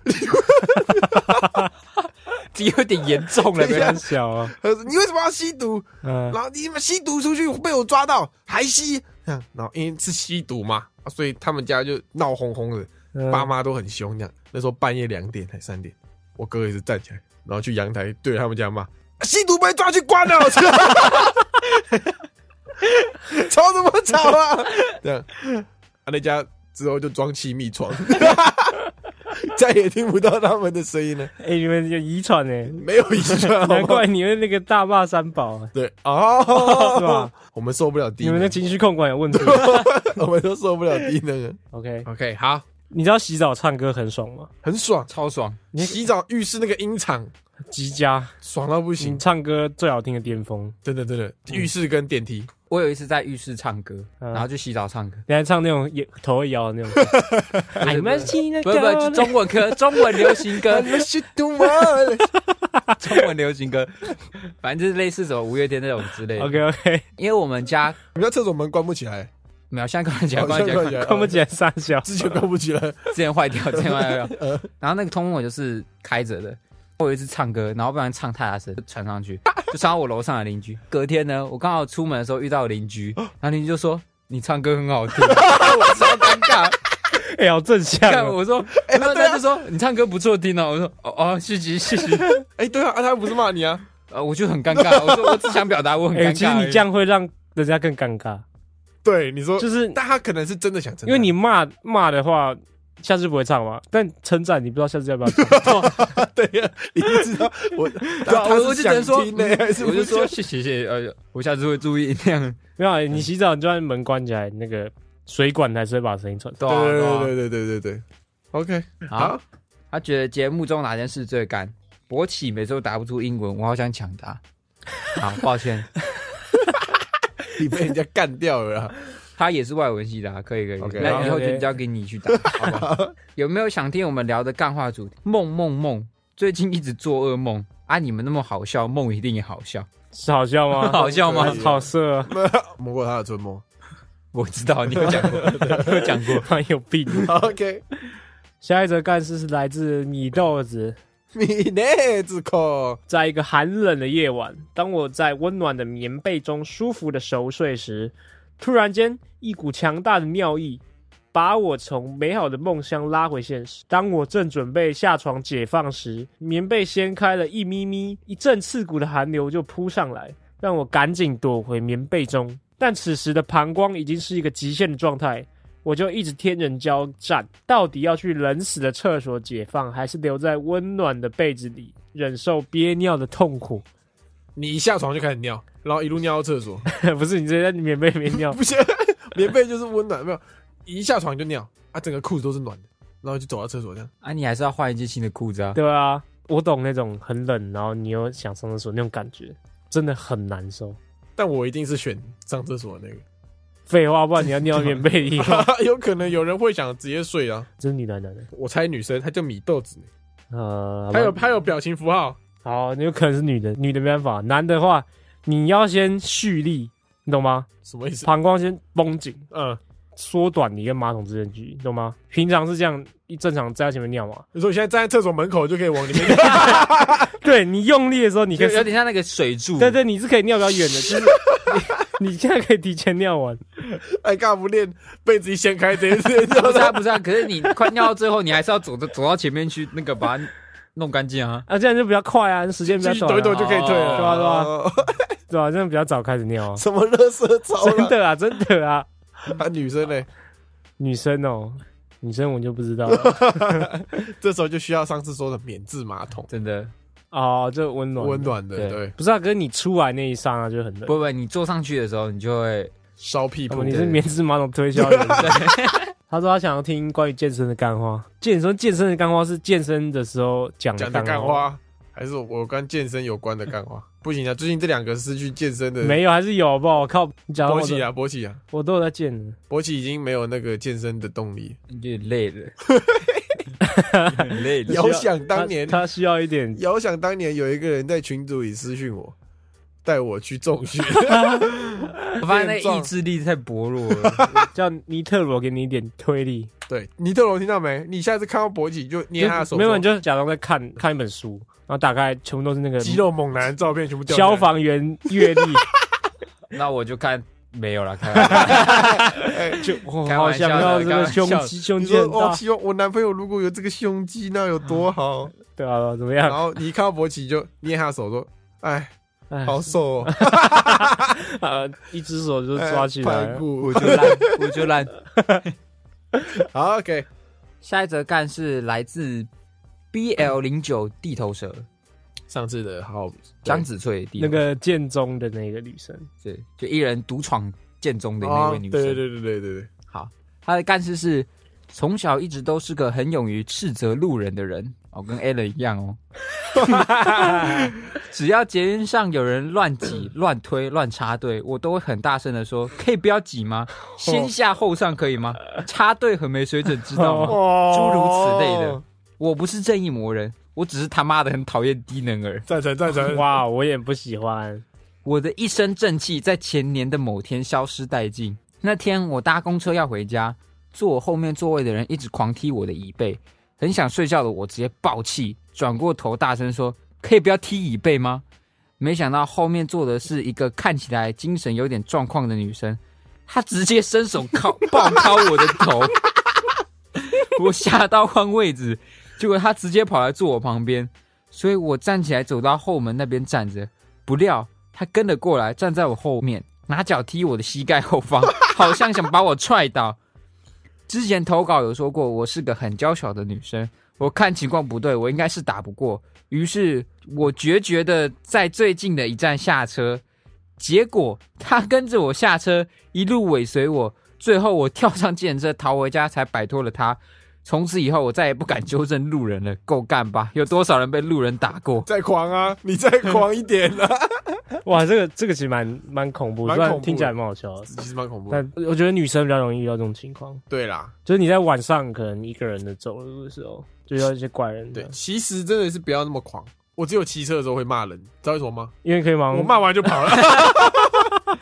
S3: 有点严重了，没
S2: 很
S3: 关系
S2: 小啊，？”
S1: 他说：“你为什么要吸毒？
S2: 嗯
S1: 然后你们吸毒出去被我抓到，还吸。”这样，然后因为是吸毒嘛，啊所以他们家就闹哄哄的，
S2: 嗯
S1: 爸妈都很凶。这样，那时候半夜两点还哎三点，我哥也是站起来，然后去阳台对着他们家骂：“吸毒被抓去关了！” 吵什么 吵啊？这样，啊、那家之后就装气密窗，
S5: 再也听不到他们的声音了。
S2: 哎、你们有遗传哎，
S5: 没有遗传，好
S2: 难
S5: 吗
S2: 怪你们那个大骂三宝、欸，
S5: 对哦，
S2: 是吧？
S5: 我们受不了低
S2: 你们的
S5: 能，
S2: 情绪控管有问题。
S5: 我们都受不了低
S1: 啊
S5: 能了，
S2: OK，
S1: OK，好，
S2: 你知道洗澡唱歌很爽吗？
S5: 很爽。
S3: 超爽，
S2: 你
S1: 洗澡浴室那个音场
S2: 极佳，
S1: 爽到不行
S2: 你，唱歌最好听的巅峰。
S1: 真的真的，浴室跟电梯，
S3: 我有一次在浴室唱歌，
S2: 嗯
S3: 然后去洗澡唱歌，
S2: 你还唱那种也头会摇的那种。哎们听那
S3: 不是不是，中文歌，中文流行歌， 中文流行歌，反正就是类似什么五月天那种之类的。
S2: OK OK，
S3: 因为我们家
S5: 我们家厕所门关不起来，
S3: 没有，现在关起来，
S5: 好
S3: 关
S5: 像
S3: 起来，
S5: 关
S3: 关起
S5: 起
S3: 来，
S5: 来，
S2: 看 不
S5: 哦
S2: 起来傻笑。
S5: 之前关不起来，
S3: 之前坏掉，之前坏掉。然后那个通风我就是开着的。我有一次唱歌，然后不然唱太大声，就传上去，就传到我楼上的邻居。隔天呢，我刚好出门的时候遇到邻居，然后邻居就说：“你唱歌很好听。”我超尴尬，
S2: 哎、好正向
S3: 看
S2: 哦、
S3: 我说，然后他就说：“你唱歌不错听哦。”我说：“哦哦，谢谢谢谢。”
S1: 哎，对啊，啊他不是骂你啊，
S3: 呃，我就很尴尬，我说我只想表达我 很
S2: 哎、
S3: 尴尬而已。
S2: 其实你这样会让人家更尴尬，
S1: 对，你说，
S2: 就是
S1: 但他可能是真的想称赞，
S2: 因为你骂骂的话，下次不会唱嘛。但称赞你不知道下次要不要 唱。
S5: 对
S1: 啊
S5: 呀，你不知道我，
S3: 对啊，
S5: 他
S3: 我我
S5: 是
S3: 就只能
S5: 想
S3: 说，嗯
S5: 听呢，还是
S3: 我
S5: 不
S3: 就
S5: 想
S3: 说谢谢谢谢，呃，我下次会注意那样。
S2: 没有啊，你洗澡你就算门关起来，那个水管还是会把声音传出来。
S3: 对啊
S5: 对
S3: 对
S5: 对对对
S3: 啊
S5: 对对对，OK，
S3: 好，他觉得节目中哪件事最干？勃起每次都答不出英文，我好想抢答。好，抱歉，
S5: 你被人家干掉了啊，
S3: 他也是外文系的、啊，可以可以。
S5: OK，
S3: 那以后
S2: OK
S3: 就交给你去答，好不好？有没有想听我们聊的干话主题？梦梦梦，最近一直做噩梦啊！你们那么好笑，梦一定也好笑，
S2: 是好笑吗？
S3: 好笑吗
S5: 可以？
S2: 好色、啊，
S5: 摸过他的春梦。
S3: 我知道你有讲过， 有讲过。
S2: 蛮有病。
S5: OK，
S2: 下一则干事是来自米豆子。
S5: 米内子口，，
S2: 在一个寒冷的夜晚，当我在温暖的棉被中舒服的熟睡时，突然间一股强大的尿意把我从美好的梦乡拉回现实。当我正准备下床解放时，棉被掀开了一咪咪，一阵刺骨的寒流就扑上来，让我赶紧躲回棉被中。但此时的膀胱已经是一个极限的状态。我就一直天人交战，到底要去冷死的厕所解放，还是留在温暖的被子里忍受憋尿的痛苦？
S1: 你一下床就开始尿，然后一路尿到厕所，
S2: 不是你直接在棉被里面尿，
S1: 不行， 棉被就是温暖，没有，一下床就尿，啊，整个裤子都是暖的，然后就走到厕所这样，
S3: 啊，你还是要换一件新的裤子啊。
S2: 对啊，我懂那种很冷，然后你又想上厕所那种感觉，真的很难受。
S1: 但我一定是选上厕所的那，
S2: 废话，不然你要尿棉被里
S1: 个，有可能有人会想直接睡啊，
S2: 这是女的男的。
S1: 我猜女生，她叫米豆子，
S2: 呃，
S1: 她有
S2: 好吧
S1: 她有表情符号，
S2: 好，有可能是女的，女的没办法，男的话你要先蓄力，你懂吗？
S1: 什么意思？
S2: 膀胱先绷紧，
S1: 嗯，
S2: 缩短你跟马桶之间的距离，懂吗？平常是这样，一正常在前面尿嘛。
S1: 你说你现在站在厕所门口就可以往里面，
S2: 对你用力的时候，你可
S3: 有
S2: 以，
S3: 有点像那个水柱，
S2: 对对，你是可以尿比较远的，就是你你现在可以提前尿完。
S1: 哎，干嘛不练被子一掀开，直接直接
S3: 不
S1: 尿
S3: 是
S1: 在
S3: 啊，不是啊，可是你快尿到最后，你还是要走到走到前面去，那个把它弄干净啊。
S2: 啊，这样就比较快啊，时间比较
S1: 继续
S2: 短、
S1: 抖一抖就可以退了，
S3: 哦
S2: 对啊对啊
S1: 哦
S2: 对吧、这样比较早开始 尿啊
S5: 什么乐色操
S2: 真
S5: 了？
S2: 的啊，真的啊，
S5: 啊，女生嘞，
S2: 女生哦，女生我就不知道了
S1: 这时候就需要上次说的免治马桶，
S3: 真的，
S2: 哦，这温暖，
S1: 温，暖的，
S3: 对
S1: 对，
S2: 不是啊，可是你出来那一刹那就很冷，
S3: 不不，你坐上去的时候，你就会
S1: 烧屁股
S2: 哦，你是棉质马桶推销员。他说他想要听关于健身的干话，健身健身的干话是健身的时候讲
S1: 讲
S2: 的
S1: 的
S2: 干
S1: 干。话，还是我跟健身有关的干话？不行啊，最近这两个失去健身的，
S2: 没有，还是有好不好？我靠，你讲到
S1: 勃
S2: 我都
S1: 起啊，勃起啊，
S2: 我都有在健的。
S1: 勃起已经没有那个健身的动力，
S3: 有点累了，很累了。
S1: 遥想当年，
S2: 他他需要一点，
S1: 遥想当年有一个人在群组里私讯我，带我去重训，
S3: 我发现那个意志力太薄弱了，
S2: 叫尼特罗给你一点推力。
S1: 对，尼特龙听到没？你下次看到勃起就捏他的手肘，
S2: 就没有，你就假装在看看一本书，然后打开全部都是那个
S1: 肌肉猛男照片全部掉下来
S2: 消，防员 阅历，
S3: 那我就看没有了，开玩笑。
S2: 就我
S3: 开
S2: 好
S3: 玩笑
S2: 想要这个
S3: 的
S2: 胸
S3: 开玩
S2: 肌，胸
S1: 你
S2: 肌
S1: 说
S2: 很
S1: 哦，
S2: 大，
S1: 希望我男朋友如果有这个胸肌，那有多好？
S2: 对啊，怎么
S1: 然
S2: 样？
S1: 后你一看到勃起就捏他的手说：“哎，
S2: 哎
S1: 好瘦哦，
S2: 呃，一只手就抓
S1: 哎
S2: 起来
S1: 排
S2: 了。
S1: 骨。
S3: 我就烂，我就烂。
S1: 好”OK，
S3: 下一则干是来自 BL 零九地头蛇
S1: 上次的好
S3: 江子翠地
S2: 那
S3: 头蛇
S2: 个建中的那个女 生，
S3: 对，就一人独闯剑宗的那
S1: 哦
S3: 位女生。
S1: 对对对对对对，
S3: 好，她的干事是从小一直都是个很勇于斥责路人的人，哦，跟 a l a n 一样哦。
S2: 哦
S3: 只要捷运上有人乱挤、乱推、乱插队，我都会很大声的说：“可以不要挤吗？先下后上可以吗？插队很没水准，知道
S2: 哦
S3: 吗？”诸如此类的。我不是正义魔人，我只是他妈的很讨厌低能儿。
S1: 赞成赞成，
S2: 哇，我也不喜欢。
S3: 我的一身正气在前年的某天消失殆尽。那天我搭公车要回家，坐我后面座位的人一直狂踢我的椅背，很想睡觉的我直接爆气，转过头大声说：“可以不要踢椅背吗？”没想到后面坐的是一个看起来精神有点状况的女生，她直接伸手敲暴敲我的头， 我吓到换位置，结果她直接跑来坐我旁边，所以我站起来走到后门那边站着，不料他跟了过来，站在我后面，拿脚踢我的膝盖后方，好像想把我踹倒。之前投稿有说过，我是个很娇小的女生，我看情况不对，我应该是打不过，于是我决绝的在最近的一站下车，结果他跟着我下车，一路尾随我，最后我跳上计程车逃回家，才摆脱了他。从此以后，我再也不敢纠正路人了，够干吧？有多少人被路人打过？
S5: 再狂啊！你再狂一点啦！
S2: 哇，这个这个其实蛮蛮恐怖，
S1: 蛮
S2: 虽然
S1: 恐怖
S2: 听起
S1: 的
S2: 来蛮好笑的，
S1: 其实蛮恐怖的。
S2: 但我觉得女生比较容易遇到这种情况，
S1: 对啦，
S2: 就是你在晚上可能一个人的走路的时候，就遇到一些怪人，
S1: 对，，其实真的是不要那么狂。我只有骑车的时候会骂人，知道为什么吗？
S2: 因为可以忙，
S1: 我骂完就跑了。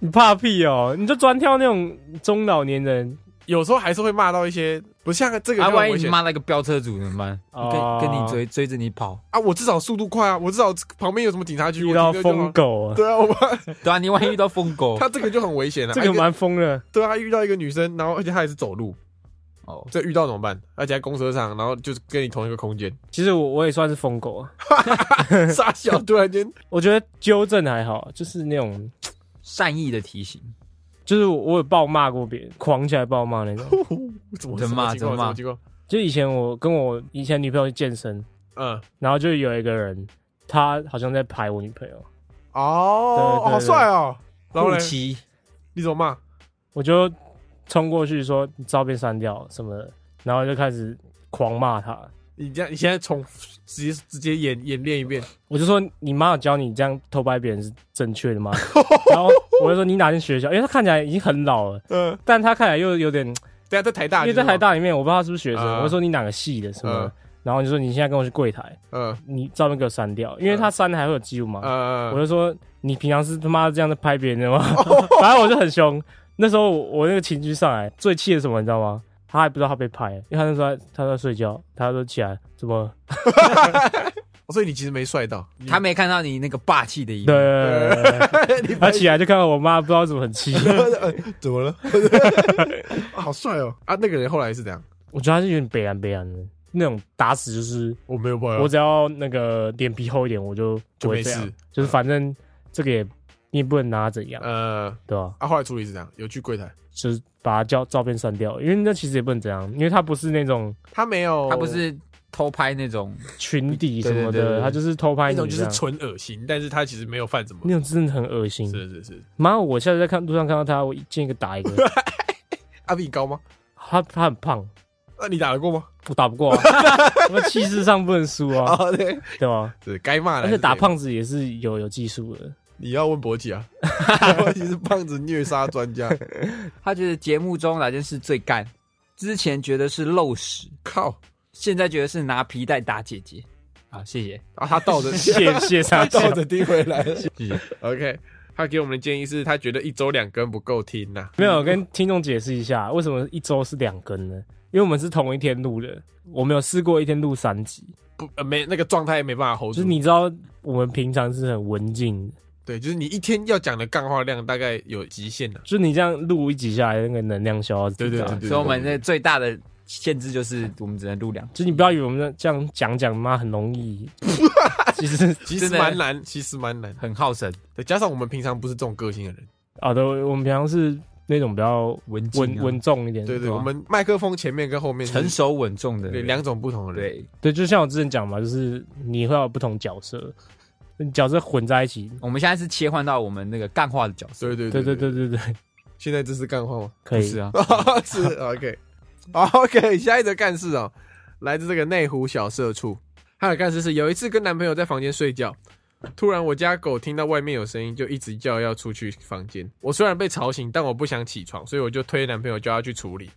S2: 你怕屁哦，你就专挑那种中老年人
S1: 有时候还是会骂到一些，不像这个
S3: 啊，
S1: 就很
S3: 万一
S1: 危
S3: 你
S1: 险
S3: 骂那个飙车主怎么办？
S2: 哦
S3: 跟跟你追追着你跑，
S1: 啊！我至少速度快啊，我至少旁边有什么警察局，
S2: 遇
S1: 我
S2: 到
S1: 停车就好
S2: 疯。狗啊，
S1: 对啊，我怕
S3: 对啊，你万一遇到疯狗
S1: 他这个就很危险了、啊。
S2: 这个
S1: 一
S2: 蛮疯的，
S1: 对啊，遇到一个女生，然后而且她也是走路，
S3: 哦，
S1: 这遇到怎么办？而且在公车上，然后就是跟你同一个空间，
S2: 其实我我也算是疯狗啊，
S1: 傻笑，突然间
S2: 我觉得纠正还好，就是那种。
S3: 善意的提醒，
S2: 就是我我有暴骂过别人，狂起来暴骂那种。
S1: 怎么
S3: 怎么
S1: 什
S3: 骂
S1: 情况
S3: 怎么骂
S1: 什情况？
S2: 就以前我跟我以前女朋友去健身，
S1: 嗯，
S2: 然后就有一个人，他好像在排我女朋友，
S1: 哦，
S2: 对对对
S1: 好帅哦！然后
S3: 后
S1: 嘞，
S3: 期
S1: 你怎么骂？
S2: 我就冲过去说你照片删掉什么的，然后就开始狂骂他。
S1: 你这样，你现在重直接直接演演练一遍，
S2: 我就说你妈有教你这样偷拍别人是正确的 吗？然后我就说你哪间学校？因为他看起来已经很老了，
S1: 嗯，
S2: 但他看起来又有点，
S1: 等下啊在台大，
S2: 因为在台，大里面我不知道他啊是不是学生，
S1: 嗯
S2: 我就说你哪个系的什么的
S1: 嗯
S2: 然后你说你现在跟我去柜台，
S1: 嗯
S2: 你照片给我删掉，因为他删了还会有记录嘛。我
S1: 呃，
S2: 就说你平常是他妈这样在拍别人 的吗？反正我就很凶。那时候我我那个情绪上来，最气的是什么你知道吗？他还不知道他被拍，因为他那时候在他在睡觉，他说起来怎么
S1: 呃所以你其实没帅到，
S3: 他没看到你那个霸气的一面，
S2: 对， 他起来就看到我妈不知道怎么很气， 哎
S5: 怎 么了？
S1: 啊好帅哦！啊，那个人后来是怎样？
S2: 我觉得他是有点北安北安的那种打死就是
S1: 我没有办
S2: 我只要那个脸皮厚一点，我就不
S1: 嗯就
S2: 会
S1: 没
S2: 这样
S1: 事，。嗯
S2: 就是反正这个也你也不能拿他怎样，
S1: 呃，
S2: 对吧、
S1: 啊，后来处理是怎样？有去柜台，
S2: 就是把他照照片删掉，因为那其实也不能怎样，因为他不是那种。
S1: 他没有，
S3: 他不是偷拍那种，
S2: 群底什么
S3: 对对对
S2: 的，
S3: 对
S2: 他就是偷拍
S1: 那
S2: 你
S1: 种，就是
S2: 这样
S1: 纯恶心，但是他其实没有犯什么
S2: 那。种真的很恶心。
S1: 是是是，
S2: 妈，我下次在看路上看到他，我一见一个打一个。
S1: 啊，比你高吗？
S2: 他他很胖，
S1: 那你打得过吗？
S2: 我打不 过、啊，我气势上不能输啊，
S1: 啊，对，
S2: 对吧？
S1: 是该骂的。
S2: 而且打，胖子也是有有技术的。
S1: 你要问博奇啊，博奇是胖子虐杀专 家。
S3: 他觉得节目中哪件事最干？之前觉得是漏屎，
S1: 靠
S3: 现在觉得是拿皮带打姐姐。好，谢谢，
S1: 啊，他 倒着
S2: 谢谢他，
S1: 倒着踢回来了。
S3: 谢谢。
S1: OK，他给我们的建议是他觉得一周两根不够听啊呐。
S2: 没有我跟听众解释一下，为什么一周是两更呢？因为我们是同一天录的，我们有试过一天录三集，
S1: 不，呃没那个状态没办法 hold
S2: 就
S1: 住。
S2: 是你知道我们平常是很文静的，
S1: 对，就是你一天要讲的干话量大概有极限啊了。
S2: 就是你这样录一集下来，那个能量消耗是
S1: 对对
S2: 这样
S1: 对对，
S3: 啊所以我们那最大的限制就是我们只能录两，
S2: 就你不要以为我们这样讲讲，妈很容易，其实
S1: 其实
S3: 真的
S1: 蛮难，其实蛮难。
S3: 很耗神。
S1: 对，加上我们平常不是这种个性的人，
S2: 啊，对，我们平常是那种比较
S3: 文静
S2: 稳
S3: 啊
S2: 稳重一
S1: 嗯
S2: 点。
S5: 对对，
S3: 对啊
S5: 我们麦克风前面跟后面是
S3: 成熟稳重的
S1: 对
S3: 人
S1: 两种不同的人，
S3: 对。
S2: 对，就像我之前讲嘛，就是你会有不同角色，角色混在一起。
S3: 我们现在是切换到我们那个干话的角色，
S1: 对对
S2: 对对
S1: 对
S2: 对对对，
S1: 现在这是干话吗？
S2: 可以
S3: 是。啊，
S1: 是 OK，好 OK，下一则干事哦，来自这个内湖小社畜，他的干事是有一次跟男朋友在房间睡觉，突然我家狗听到外面有声音，就一直叫要出去房间。我虽然被吵醒，但我不想起床，所以我就推男朋友叫他去处理。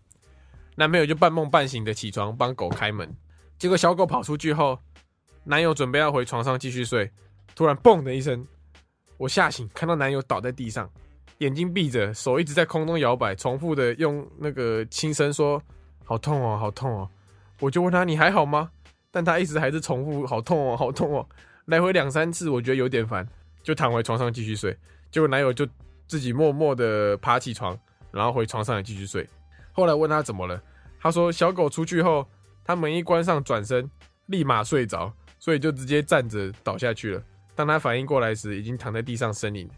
S1: 男朋友就半梦半醒的起床帮狗开门，结果小狗跑出去后，男友准备要回床上继续睡，突然嘣的一声，我吓醒，看到男友倒在地上。眼睛闭着，手一直在空中摇摆，重复的用那个轻声说：“好痛哦，好痛哦。”我就问他：“你还好吗？”但他一直还是重复：“好痛哦，好痛哦。”来回两三次，我觉得有点烦，就躺回床上继续睡。结果男友就自己默默的爬起床，然后回床上也继续睡。后来问他怎么了，他说小狗出去后，他门一关上，转身立马睡着，所以就直接站着倒下去了。当他反应过来时，已经躺在地上呻吟了。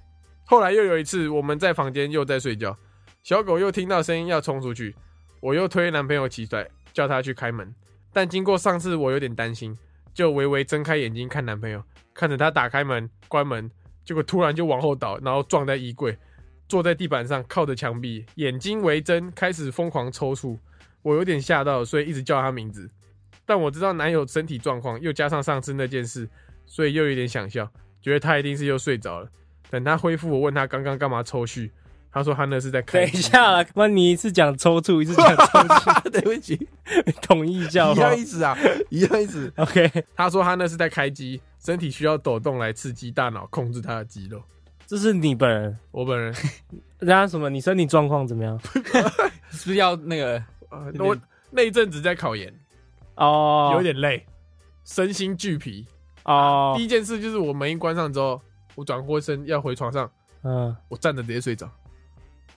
S1: 后来又有一次，我们在房间又在睡觉，小狗又听到声音要冲出去，我又推男朋友起来叫他去开门，但经过上次我有点担心，就微微睁开眼睛看男朋友，看着他打开门关门，结果突然就往后倒，然后撞在衣柜，坐在地板上靠着墙壁，眼睛为针，开始疯狂抽搐，我有点吓到，所以一直叫他名字，但我知道男友身体状况，又加上上次那件事，所以又有点想笑，觉得他一定是又睡着了。等他恢复，我问他刚刚干嘛抽蓄，他说他那是在
S2: 等
S1: 开
S2: 一下啦，那你一次讲抽搐，一次讲抽搐，
S5: 对不 起，
S2: 统一叫
S5: 一
S2: 话
S5: 样。意思啊，一样意思。
S2: OK，
S1: 他说他那是在开机，身体需要抖动来刺激大脑控制他的肌肉。
S2: 这是你本人。
S1: 我本人，
S2: 人家什么？你身体状况怎么样？
S3: 是不是要那个
S1: 呃、我那一阵子在考研，
S2: 哦，
S1: 有点累，身心俱疲。
S2: 哦
S1: 第，一件事就是我门一关上之后，我转过身要回床上，
S2: 嗯，
S1: 我站着直接睡着。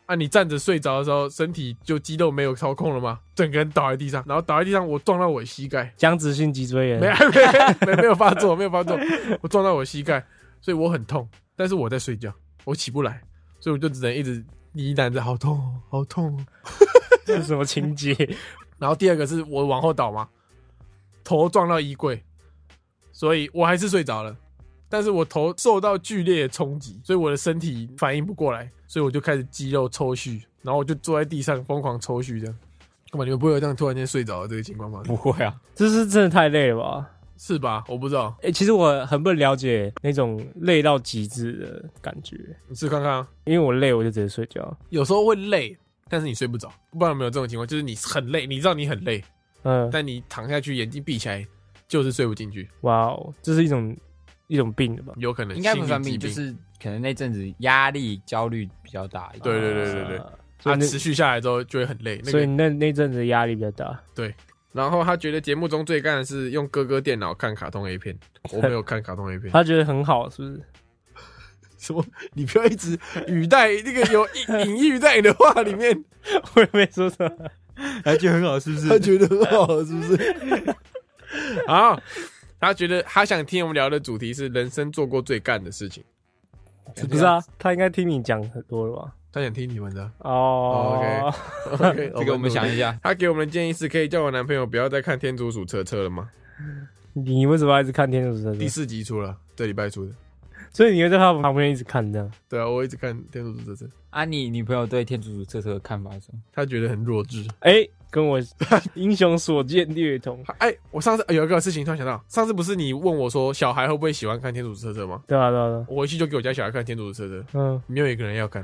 S1: 啊，你站着睡着的时候，身体就肌肉没有操控了吗？整个人倒在地上，然后倒在地上，我撞到我的膝盖，
S2: 僵直性脊椎炎。
S1: 没没没没有发作，没有发作，我撞到我膝盖，所以我很痛，但是我在睡觉，我起不来，所以我就只能一直呢喃着，好痛哦，好痛哦。
S2: 这是什么情节？
S1: 然后第二个是我往后倒嘛，头撞到衣柜，所以我还是睡着了，但是我头受到剧烈的冲击，所以我的身体反应不过来，所以我就开始肌肉抽搐，然后我就坐在地上疯狂抽搐这样。干嘛？你们不会有这样突然间睡着的这个情况吗？
S3: 不会啊？
S2: 这是真的太累了吧？
S1: 是吧？我不知道，
S2: 哎、其实我很不了解那种累到极致的感觉，
S1: 你试看看啊、
S2: 因为我累我就直接睡觉。
S1: 有时候会累，但是你睡不着。不知道有没有这种情况，就是你很累，你知道你很累，
S2: 嗯，
S1: 但你躺下去，眼睛闭起来，就是睡不进去，
S2: 哇哦，这是一种一种病了吧？
S1: 有可能
S3: 应该不算
S1: 心理
S3: 病，
S1: 疾
S3: 就
S1: 病。啊
S3: 是可能那阵子压力、焦虑比较大一点。
S1: 对对对对对，
S2: 啊所
S1: 它
S2: 以那、
S1: 持续下来之后就会很累。那
S2: 所以
S1: 个，
S2: 那那阵子压力比较大。
S1: 然后他觉得节目中最干的是用哥哥电脑看卡通 A 片，我没有看卡通 A 片。
S2: 他觉得很好，是不是？
S1: 什么？你不要一直语带那个有隐隐喻在你的话里面。
S2: 我也没说什么。
S3: 而且哎很好，是不
S5: 他？觉得很好，是不是？
S1: 啊，他觉得他想听我们聊的主题是人生做过最干的事情，
S2: 不是啊，他应该听你讲很多了吧？
S1: 他想听你们的。
S2: 哦、
S1: OK 这
S3: 这个我们想一下，
S1: 他给我们的建议是可以叫我男朋友不要再看《天竺鼠车车》了吗？
S2: 你为什么要一直看《天主神
S1: 第》？四集出了，这礼拜出的。
S2: 所以你会在他旁边一直看 这样？
S1: 对啊，我一直看《天竺鼠车车》，
S3: 啊，你女朋友对天竺鼠这车的看法是 什么？
S1: 他觉得很弱智。
S2: 哎、跟我英雄所见略同，
S1: 他哎，我上次有一个事情突然想到，上次不是你问我说小孩会不会喜欢看《天竺鼠车车》吗？
S2: 对啊，对啊，对啊。
S1: 我回去就给我家小孩看《天竺鼠车车》，
S2: 嗯，
S1: 没有一个人要看，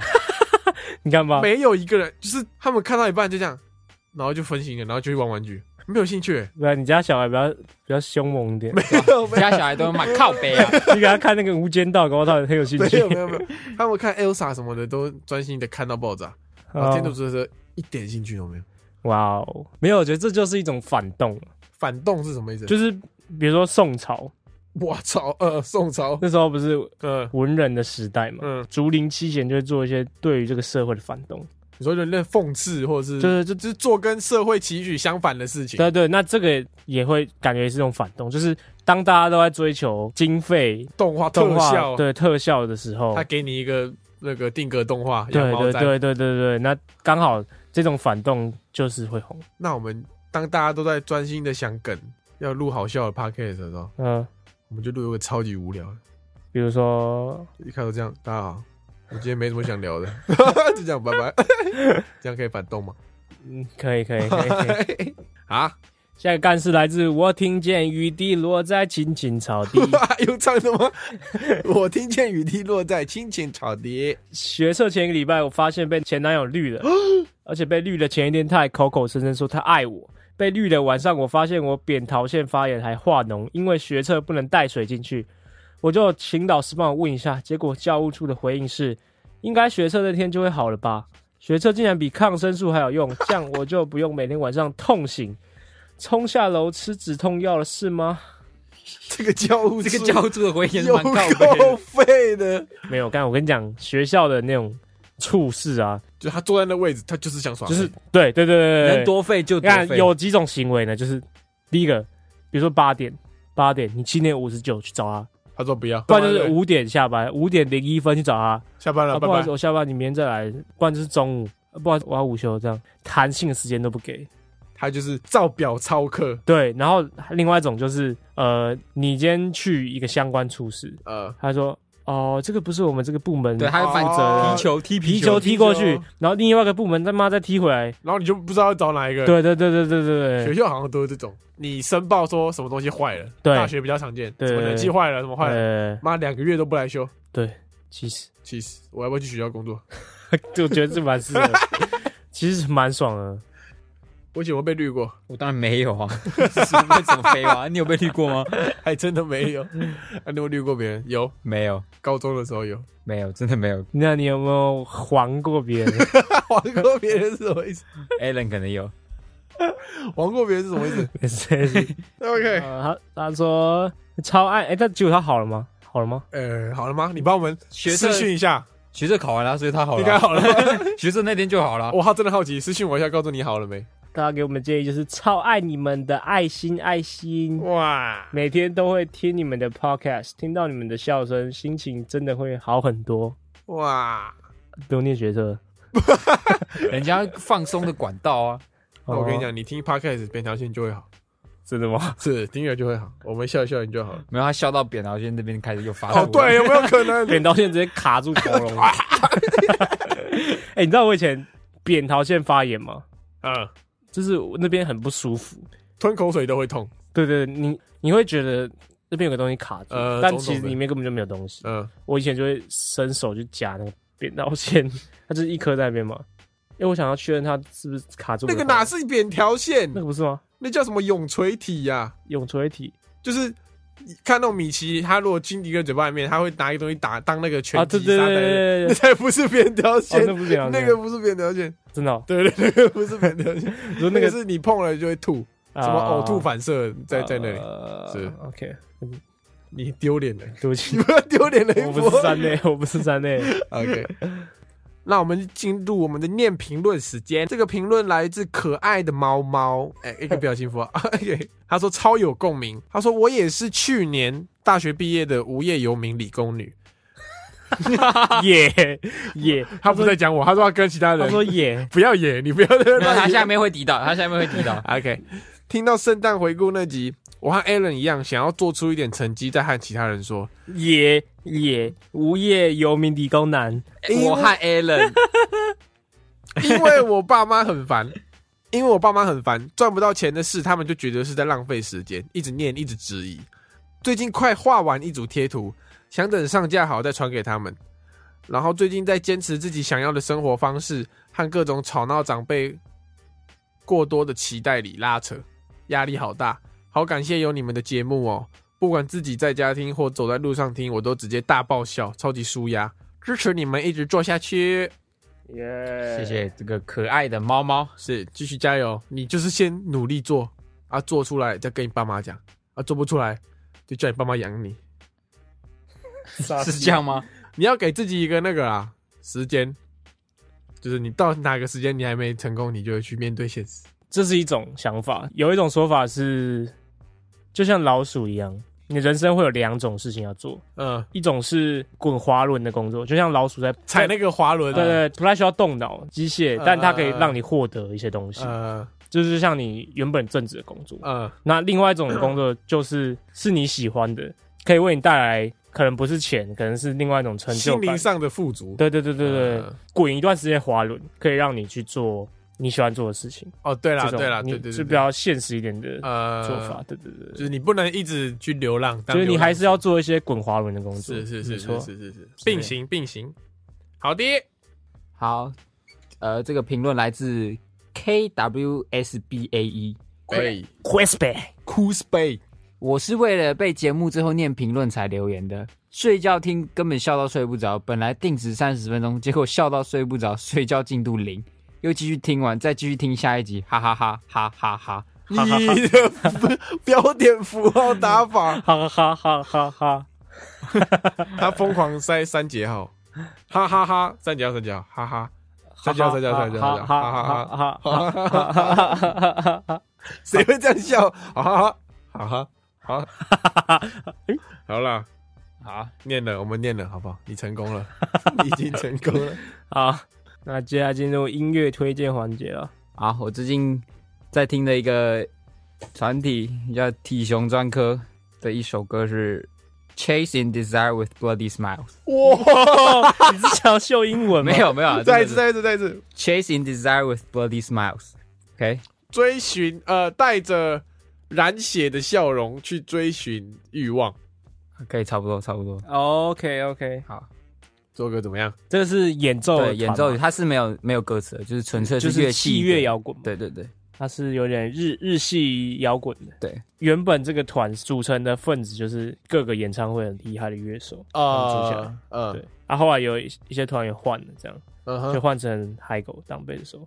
S2: 你看吧，
S1: 没有一个人，就是他们看到一半就这样，然后就分心了，然后就去玩玩具，没有兴趣、
S2: 不然你家小孩比较比较凶猛一点，
S3: 家小孩都骂靠背 啊，
S2: 你给他看那个《无间道》，搞不好他很有兴
S1: 没
S2: 趣
S1: 有。没有没有，他们看 Elsa 什么的都专心的看到爆炸，然后《
S2: 哦
S1: 天竺鼠车车》一点兴趣都没有。
S2: 哇哦，没有，我觉得这就是一种反动，
S1: 反动是什么意思？
S2: 就是比如说宋朝
S1: 我操，呃，宋朝，
S2: 那时候不是
S1: 呃，
S2: 文人的时代嘛，
S1: 嗯，
S2: 竹林七贤就会做一些对于这个社会的反动。
S1: 你说人类讽刺，或者是
S2: 就是
S1: 就就是做跟社会期许相反的事情，
S2: 对对，那这个也会感觉是一种反动，就是当大家都在追求经费、
S1: 动画
S2: 动
S1: 特
S2: 画
S1: 效，
S2: 对特效的时候
S1: 他，给你一个那个定格动画，
S2: 对
S1: 羊毛
S2: 对
S1: 毡
S2: 对对对对，那刚好这种反动就是会红。
S1: 那我们当大家都在专心的想梗，要录好笑的 podcast 的时候，
S2: 嗯、
S1: 我们就录一个超级无聊的，
S2: 比如说
S1: 一开头这样，大家好，我今天没什么想聊的， 就这样，拜 拜，这样可以反动吗？
S2: 嗯，可以可以可 以。可以
S1: 啊，
S2: 下一个干事来自我听见雨滴落在青青草 地，
S1: 又唱什么？ 我听见雨滴落在青青草地，
S2: 学测前一个礼拜，我发现被前男友绿了，而且被绿的前一天，他还口口声声说他爱我。被绿的晚上，我发现我扁桃腺发炎还化脓，因为学测不能带水进去，我就请老师帮我问一下。结果教务处的回应是，应该学测那天就会好了吧？学测竟然比抗生素还有用，这样我就不用每天晚上痛醒，冲下楼吃止痛药了是吗？
S1: 这个教务
S3: 这个
S1: 处
S3: 教主的回应
S1: 有
S3: 蛮靠背
S1: 够
S3: 的，
S1: 废的，
S2: 没有，刚才我跟你讲，学校的那种处事啊，
S1: 就他坐在那位置，他就是想耍，
S2: 就是对对对对对，
S3: 能多费就
S2: 你
S3: 多
S2: 看
S3: 费。
S2: 有几种行为呢？就是第一个，比如说八点，八点你七点五十九去找他，
S1: 他说不要，
S2: 不然就是五点下班，五点零一分去找他。
S1: 下班了，
S2: 啊，
S1: 拜
S2: 不好意思，
S1: 拜。
S2: 我下班，你明天再来。不然就是中午，啊不好意思，我要午休，这样弹性的时间都不给。
S1: 他就是照表操课，
S2: 对，然后另外一种就是，呃，你今天去一个相关处室，
S1: 呃，
S2: 他说，哦，这个不是我们这个部门，
S3: 对，还有反
S1: 哦
S3: 踢球呃踢
S2: 皮
S3: 皮
S2: 球踢过
S1: 皮
S2: 去
S1: 球，
S2: 然后另外一个部门他妈再踢回来。
S1: 然后你就不知道要找哪一个，
S2: 对对对对对对
S1: 学
S2: 对，
S1: 校好像都是这种，你申报说什么东西坏了，
S2: 对
S1: 大学比较常见，
S2: 对
S1: 什么冷气坏了，什么坏了，
S2: 呃，
S1: 妈两个月都不来修，
S2: 其实。
S1: 气死！我要不要去学校工作？
S2: 就觉得这蛮 适合，其实蛮爽的。
S1: 我以前我被绿过，
S3: 我当然没有啊， 为什么废话？ 你有被绿过吗？
S1: 还真的没有。啊，你有没有绿过别人？有，
S3: 没有，
S1: 高中的时候有。
S3: 没有，真的没有。
S2: 那你有没有还过别 人？
S1: 玩过别人是什么意思？
S3: Alan 可能有，
S1: 玩过别人是什么意思？OK，
S2: 呃他他说超爱，哎、但结果他好了吗？好了吗？
S1: 呃，好了吗？你帮我们
S3: 学
S1: 私
S3: 测
S1: 讯一下，
S3: 学测考完了，所以他好哦
S1: 应该
S3: 了。
S1: 好了 吗。
S3: 学测那天就好了。
S1: 我好真的好奇，私讯我一下，告诉你好了没？
S2: 大家给我们建议就是超爱你们的爱心爱心，
S1: 哇，
S2: 每天都会听你们的 podcast，听到你们的笑声，心情真的会好很多。
S1: 哇！
S2: 不用念学测，
S3: 人家放松的管道啊，
S1: 那我跟你
S2: 哦，
S1: 讲，你听 podcast 扁条线就会好，
S2: 真的吗？
S1: 是听了就会好。我们笑一笑你就好了。
S3: 没有他笑到扁桃腺那边开始又发出来
S1: 哦，对，有没有可能？
S2: 扁桃腺直接卡住喉咙。哎、你知道我以前扁桃腺发炎吗？
S1: 嗯，
S2: 就是我那边很不舒服。
S1: 吞口水都会痛。
S2: 对对，对你你会觉得那边有个东西卡住，
S1: 呃
S2: 但
S1: 懂
S2: 其实
S1: 懂的
S2: 里面根本就没有东西。
S1: 嗯，
S2: 我以前就会伸手去夹那个扁桃腺，它就是一颗在那边嘛，因为我想要确认它是不是卡住我
S1: 那
S2: 的
S1: 个
S2: 喉咙。
S1: 哪是扁条线
S2: 那？个不是吗？
S1: 那叫什么永垂体呀、
S2: 永垂体
S1: 就是你看那种米奇，他如果经一个嘴巴里面，他会拿一个东西打当那个拳
S2: 啊，
S1: 击
S2: 对对
S1: 沙
S2: 对
S1: 袋的，
S2: 对对
S1: 那
S2: 对，
S1: 才不是扁条线
S2: 哦，，那不是扁桃
S1: 啊
S2: 腺
S1: 那个不是扁条线，
S2: 真的哦，
S1: 对对，那个不是扁条线，
S2: 说
S1: 那
S2: 那
S1: 个
S2: 个啊
S1: 是你碰了就会吐，
S2: 什
S1: 什么呕吐反射在在那里，
S2: 啊
S1: 是
S2: 呃 OK，
S1: 你丢脸了，
S2: 对不起
S1: 你，不要丢脸了一
S2: 我
S1: 波
S2: 不是三内，我不是三内，
S1: OK。那我们进入我们的念评论时间。这个评论来自可爱的猫猫，哎、 一个表情符号。OK，他说超有共鸣。他说我也是去年大学毕业的无业游民理工女。
S2: 耶耶，
S1: 他不是在讲我，他说他跟其他
S2: 他
S1: 人
S2: 说耶，
S1: 不要演，你不要在
S3: 没有
S1: 那
S3: 他
S1: 里。
S3: 下面会提到，他下面会提到
S1: OK，听到圣诞回顾那集，我和 Alan 一样，想要做出一点成绩，再和其他人说。
S2: 耶耶，无业游民理工男，
S3: 我和 Alan
S1: 因为我爸妈很烦，因为我爸妈很烦，赚不到钱的事，他们就觉得是在浪费时间，一直念，一直质疑。最近快画完一组贴图，想等上架好再传给他们。然后最近在坚持自己想要的生活方式和各种吵闹长辈过多的期待里拉扯，压力好大。好感谢有你们的节目哦，不管自己在家听或走在路上听，我都直接大爆笑，超级舒压。支持你们一直做下去。
S2: 耶
S3: 谢谢这个可爱的猫猫，
S1: 是继续加油，你就是先努力做啊，做出来再跟你爸妈讲啊，做不出来就叫你爸妈养你。
S5: 啊
S3: 是这样吗？
S1: 你要给自己一个那个啊时间，就是你到哪个时间你还没成功，你就会去面对现实。
S2: 这是一种想法，有一种说法是，就像老鼠一样，你人生会有两种事情要做，
S1: 嗯，
S2: 一种是滚滑轮的工作，就像老鼠在
S1: 踩那个滑轮，
S2: 对对，不太需要动脑，机械，
S1: 呃
S2: 但它可以让你获得一些东西，
S1: 呃
S2: 就是像你原本正职的工作。
S1: 呃
S2: 那另外一种工作就是是你喜欢 的，可以为你带来可能不是钱，可能是另外一种成就
S1: 心
S2: 感
S1: 灵。上的富足，
S2: 对对对对对
S1: 呃，
S2: 滚一段时间滑轮，可以让你去做你喜欢做的事情。
S1: 哦，对啦
S2: 这种
S1: 对啦，对对
S2: 你
S1: 对，
S2: 是
S1: 对
S2: 比较现实一点的
S1: 呃
S2: 做法。对对对
S1: 就
S2: 对，
S1: 是你不能一直去流浪，当
S2: 就是你
S1: 流浪
S2: 还是要做一些滚滑轮的工作。
S1: 是是是
S2: 没
S1: 是
S2: 错
S1: 是是是并行并行。好的，
S3: 好，呃，这个评论来自 K W S B A E。
S1: 可以
S2: q u e s p y
S3: Cool Space，我是为了被节目最后念评论才留言的。睡觉听根本笑到睡不着，本来定时三十分钟，结果笑到睡不着，睡觉进度零，又继续听完，再继续听下一集，哈哈哈哈哈哈！
S5: 你的标点符号打 法，
S2: 哈哈哈哈哈！
S1: 他疯狂塞三节号，哈哈哈，三节号三节号，哈哈，三节号三节号三节号，
S2: 哈
S1: 三节号哈哈
S2: 哈
S1: 哈，
S2: 哈哈哈哈哈哈！
S5: 谁会这样 笑？
S1: 哈哈哈，哈哈， 好，好啦，
S3: 好，
S1: 念了，我们念了，好不好？你成 功了，
S5: 你已经成功了。
S2: 好，那接下来进入音乐推荐环节了。
S3: 好，啊我最近在听的一个团体叫体雄专科的一首歌是《Chase in Desire with Bloody Smiles》，
S2: 哇，你是想要秀英文吗？
S3: 没，有没 有啊，
S1: 再一次，
S3: 真的
S1: 再一次，再一次，
S3: 是 Chase in Desire with Bloody Smiles》，OK。
S1: 追寻，呃，带着染血的笑容去追寻欲望，
S3: 可以，差不多，差不多。
S2: OK OK，
S3: 好，
S1: 做个怎么样？
S2: 这个是演奏
S3: 对，演奏它是没有没有歌词的，就是纯
S2: 哦
S3: 粹
S2: 啊就
S3: 乐
S2: 是
S3: 器
S2: 器乐
S3: 的。
S2: 摇滚，，
S3: 对对对
S2: 它是有点日日系摇滚的。
S3: 对，
S2: 原本这个团组成的分子就是各个演唱会很厉害的乐手，他们组起来
S1: 啊，嗯
S2: 对，啊，后来有一一些团员换了，这样
S1: 嗯
S2: 就
S1: 哼，
S2: 换成海狗当贝斯手，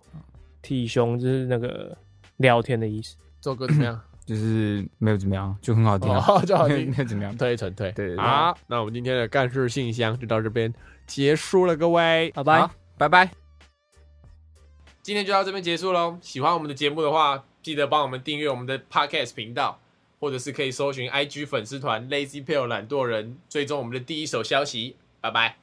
S2: 体熊就是那个聊天的意思。
S1: 做个怎么样？
S3: 就是没有怎么样，就很好听啊，
S1: 哦， 就好
S3: 没有
S1: 听
S3: 没。有怎么样。
S1: 推纯推，
S3: 对对对
S1: 好，那我们今天的干事信箱就到这边结束了，各位，
S2: 好
S3: 好，拜拜。
S1: 今天就到这边结束喽。喜欢我们的节目的话，记得帮我们订阅我们的 Podcast 频道，或者是可以搜寻 IG 粉丝团 Lazy p a l e 懒惰人，追踪我们的第一手消息。拜拜。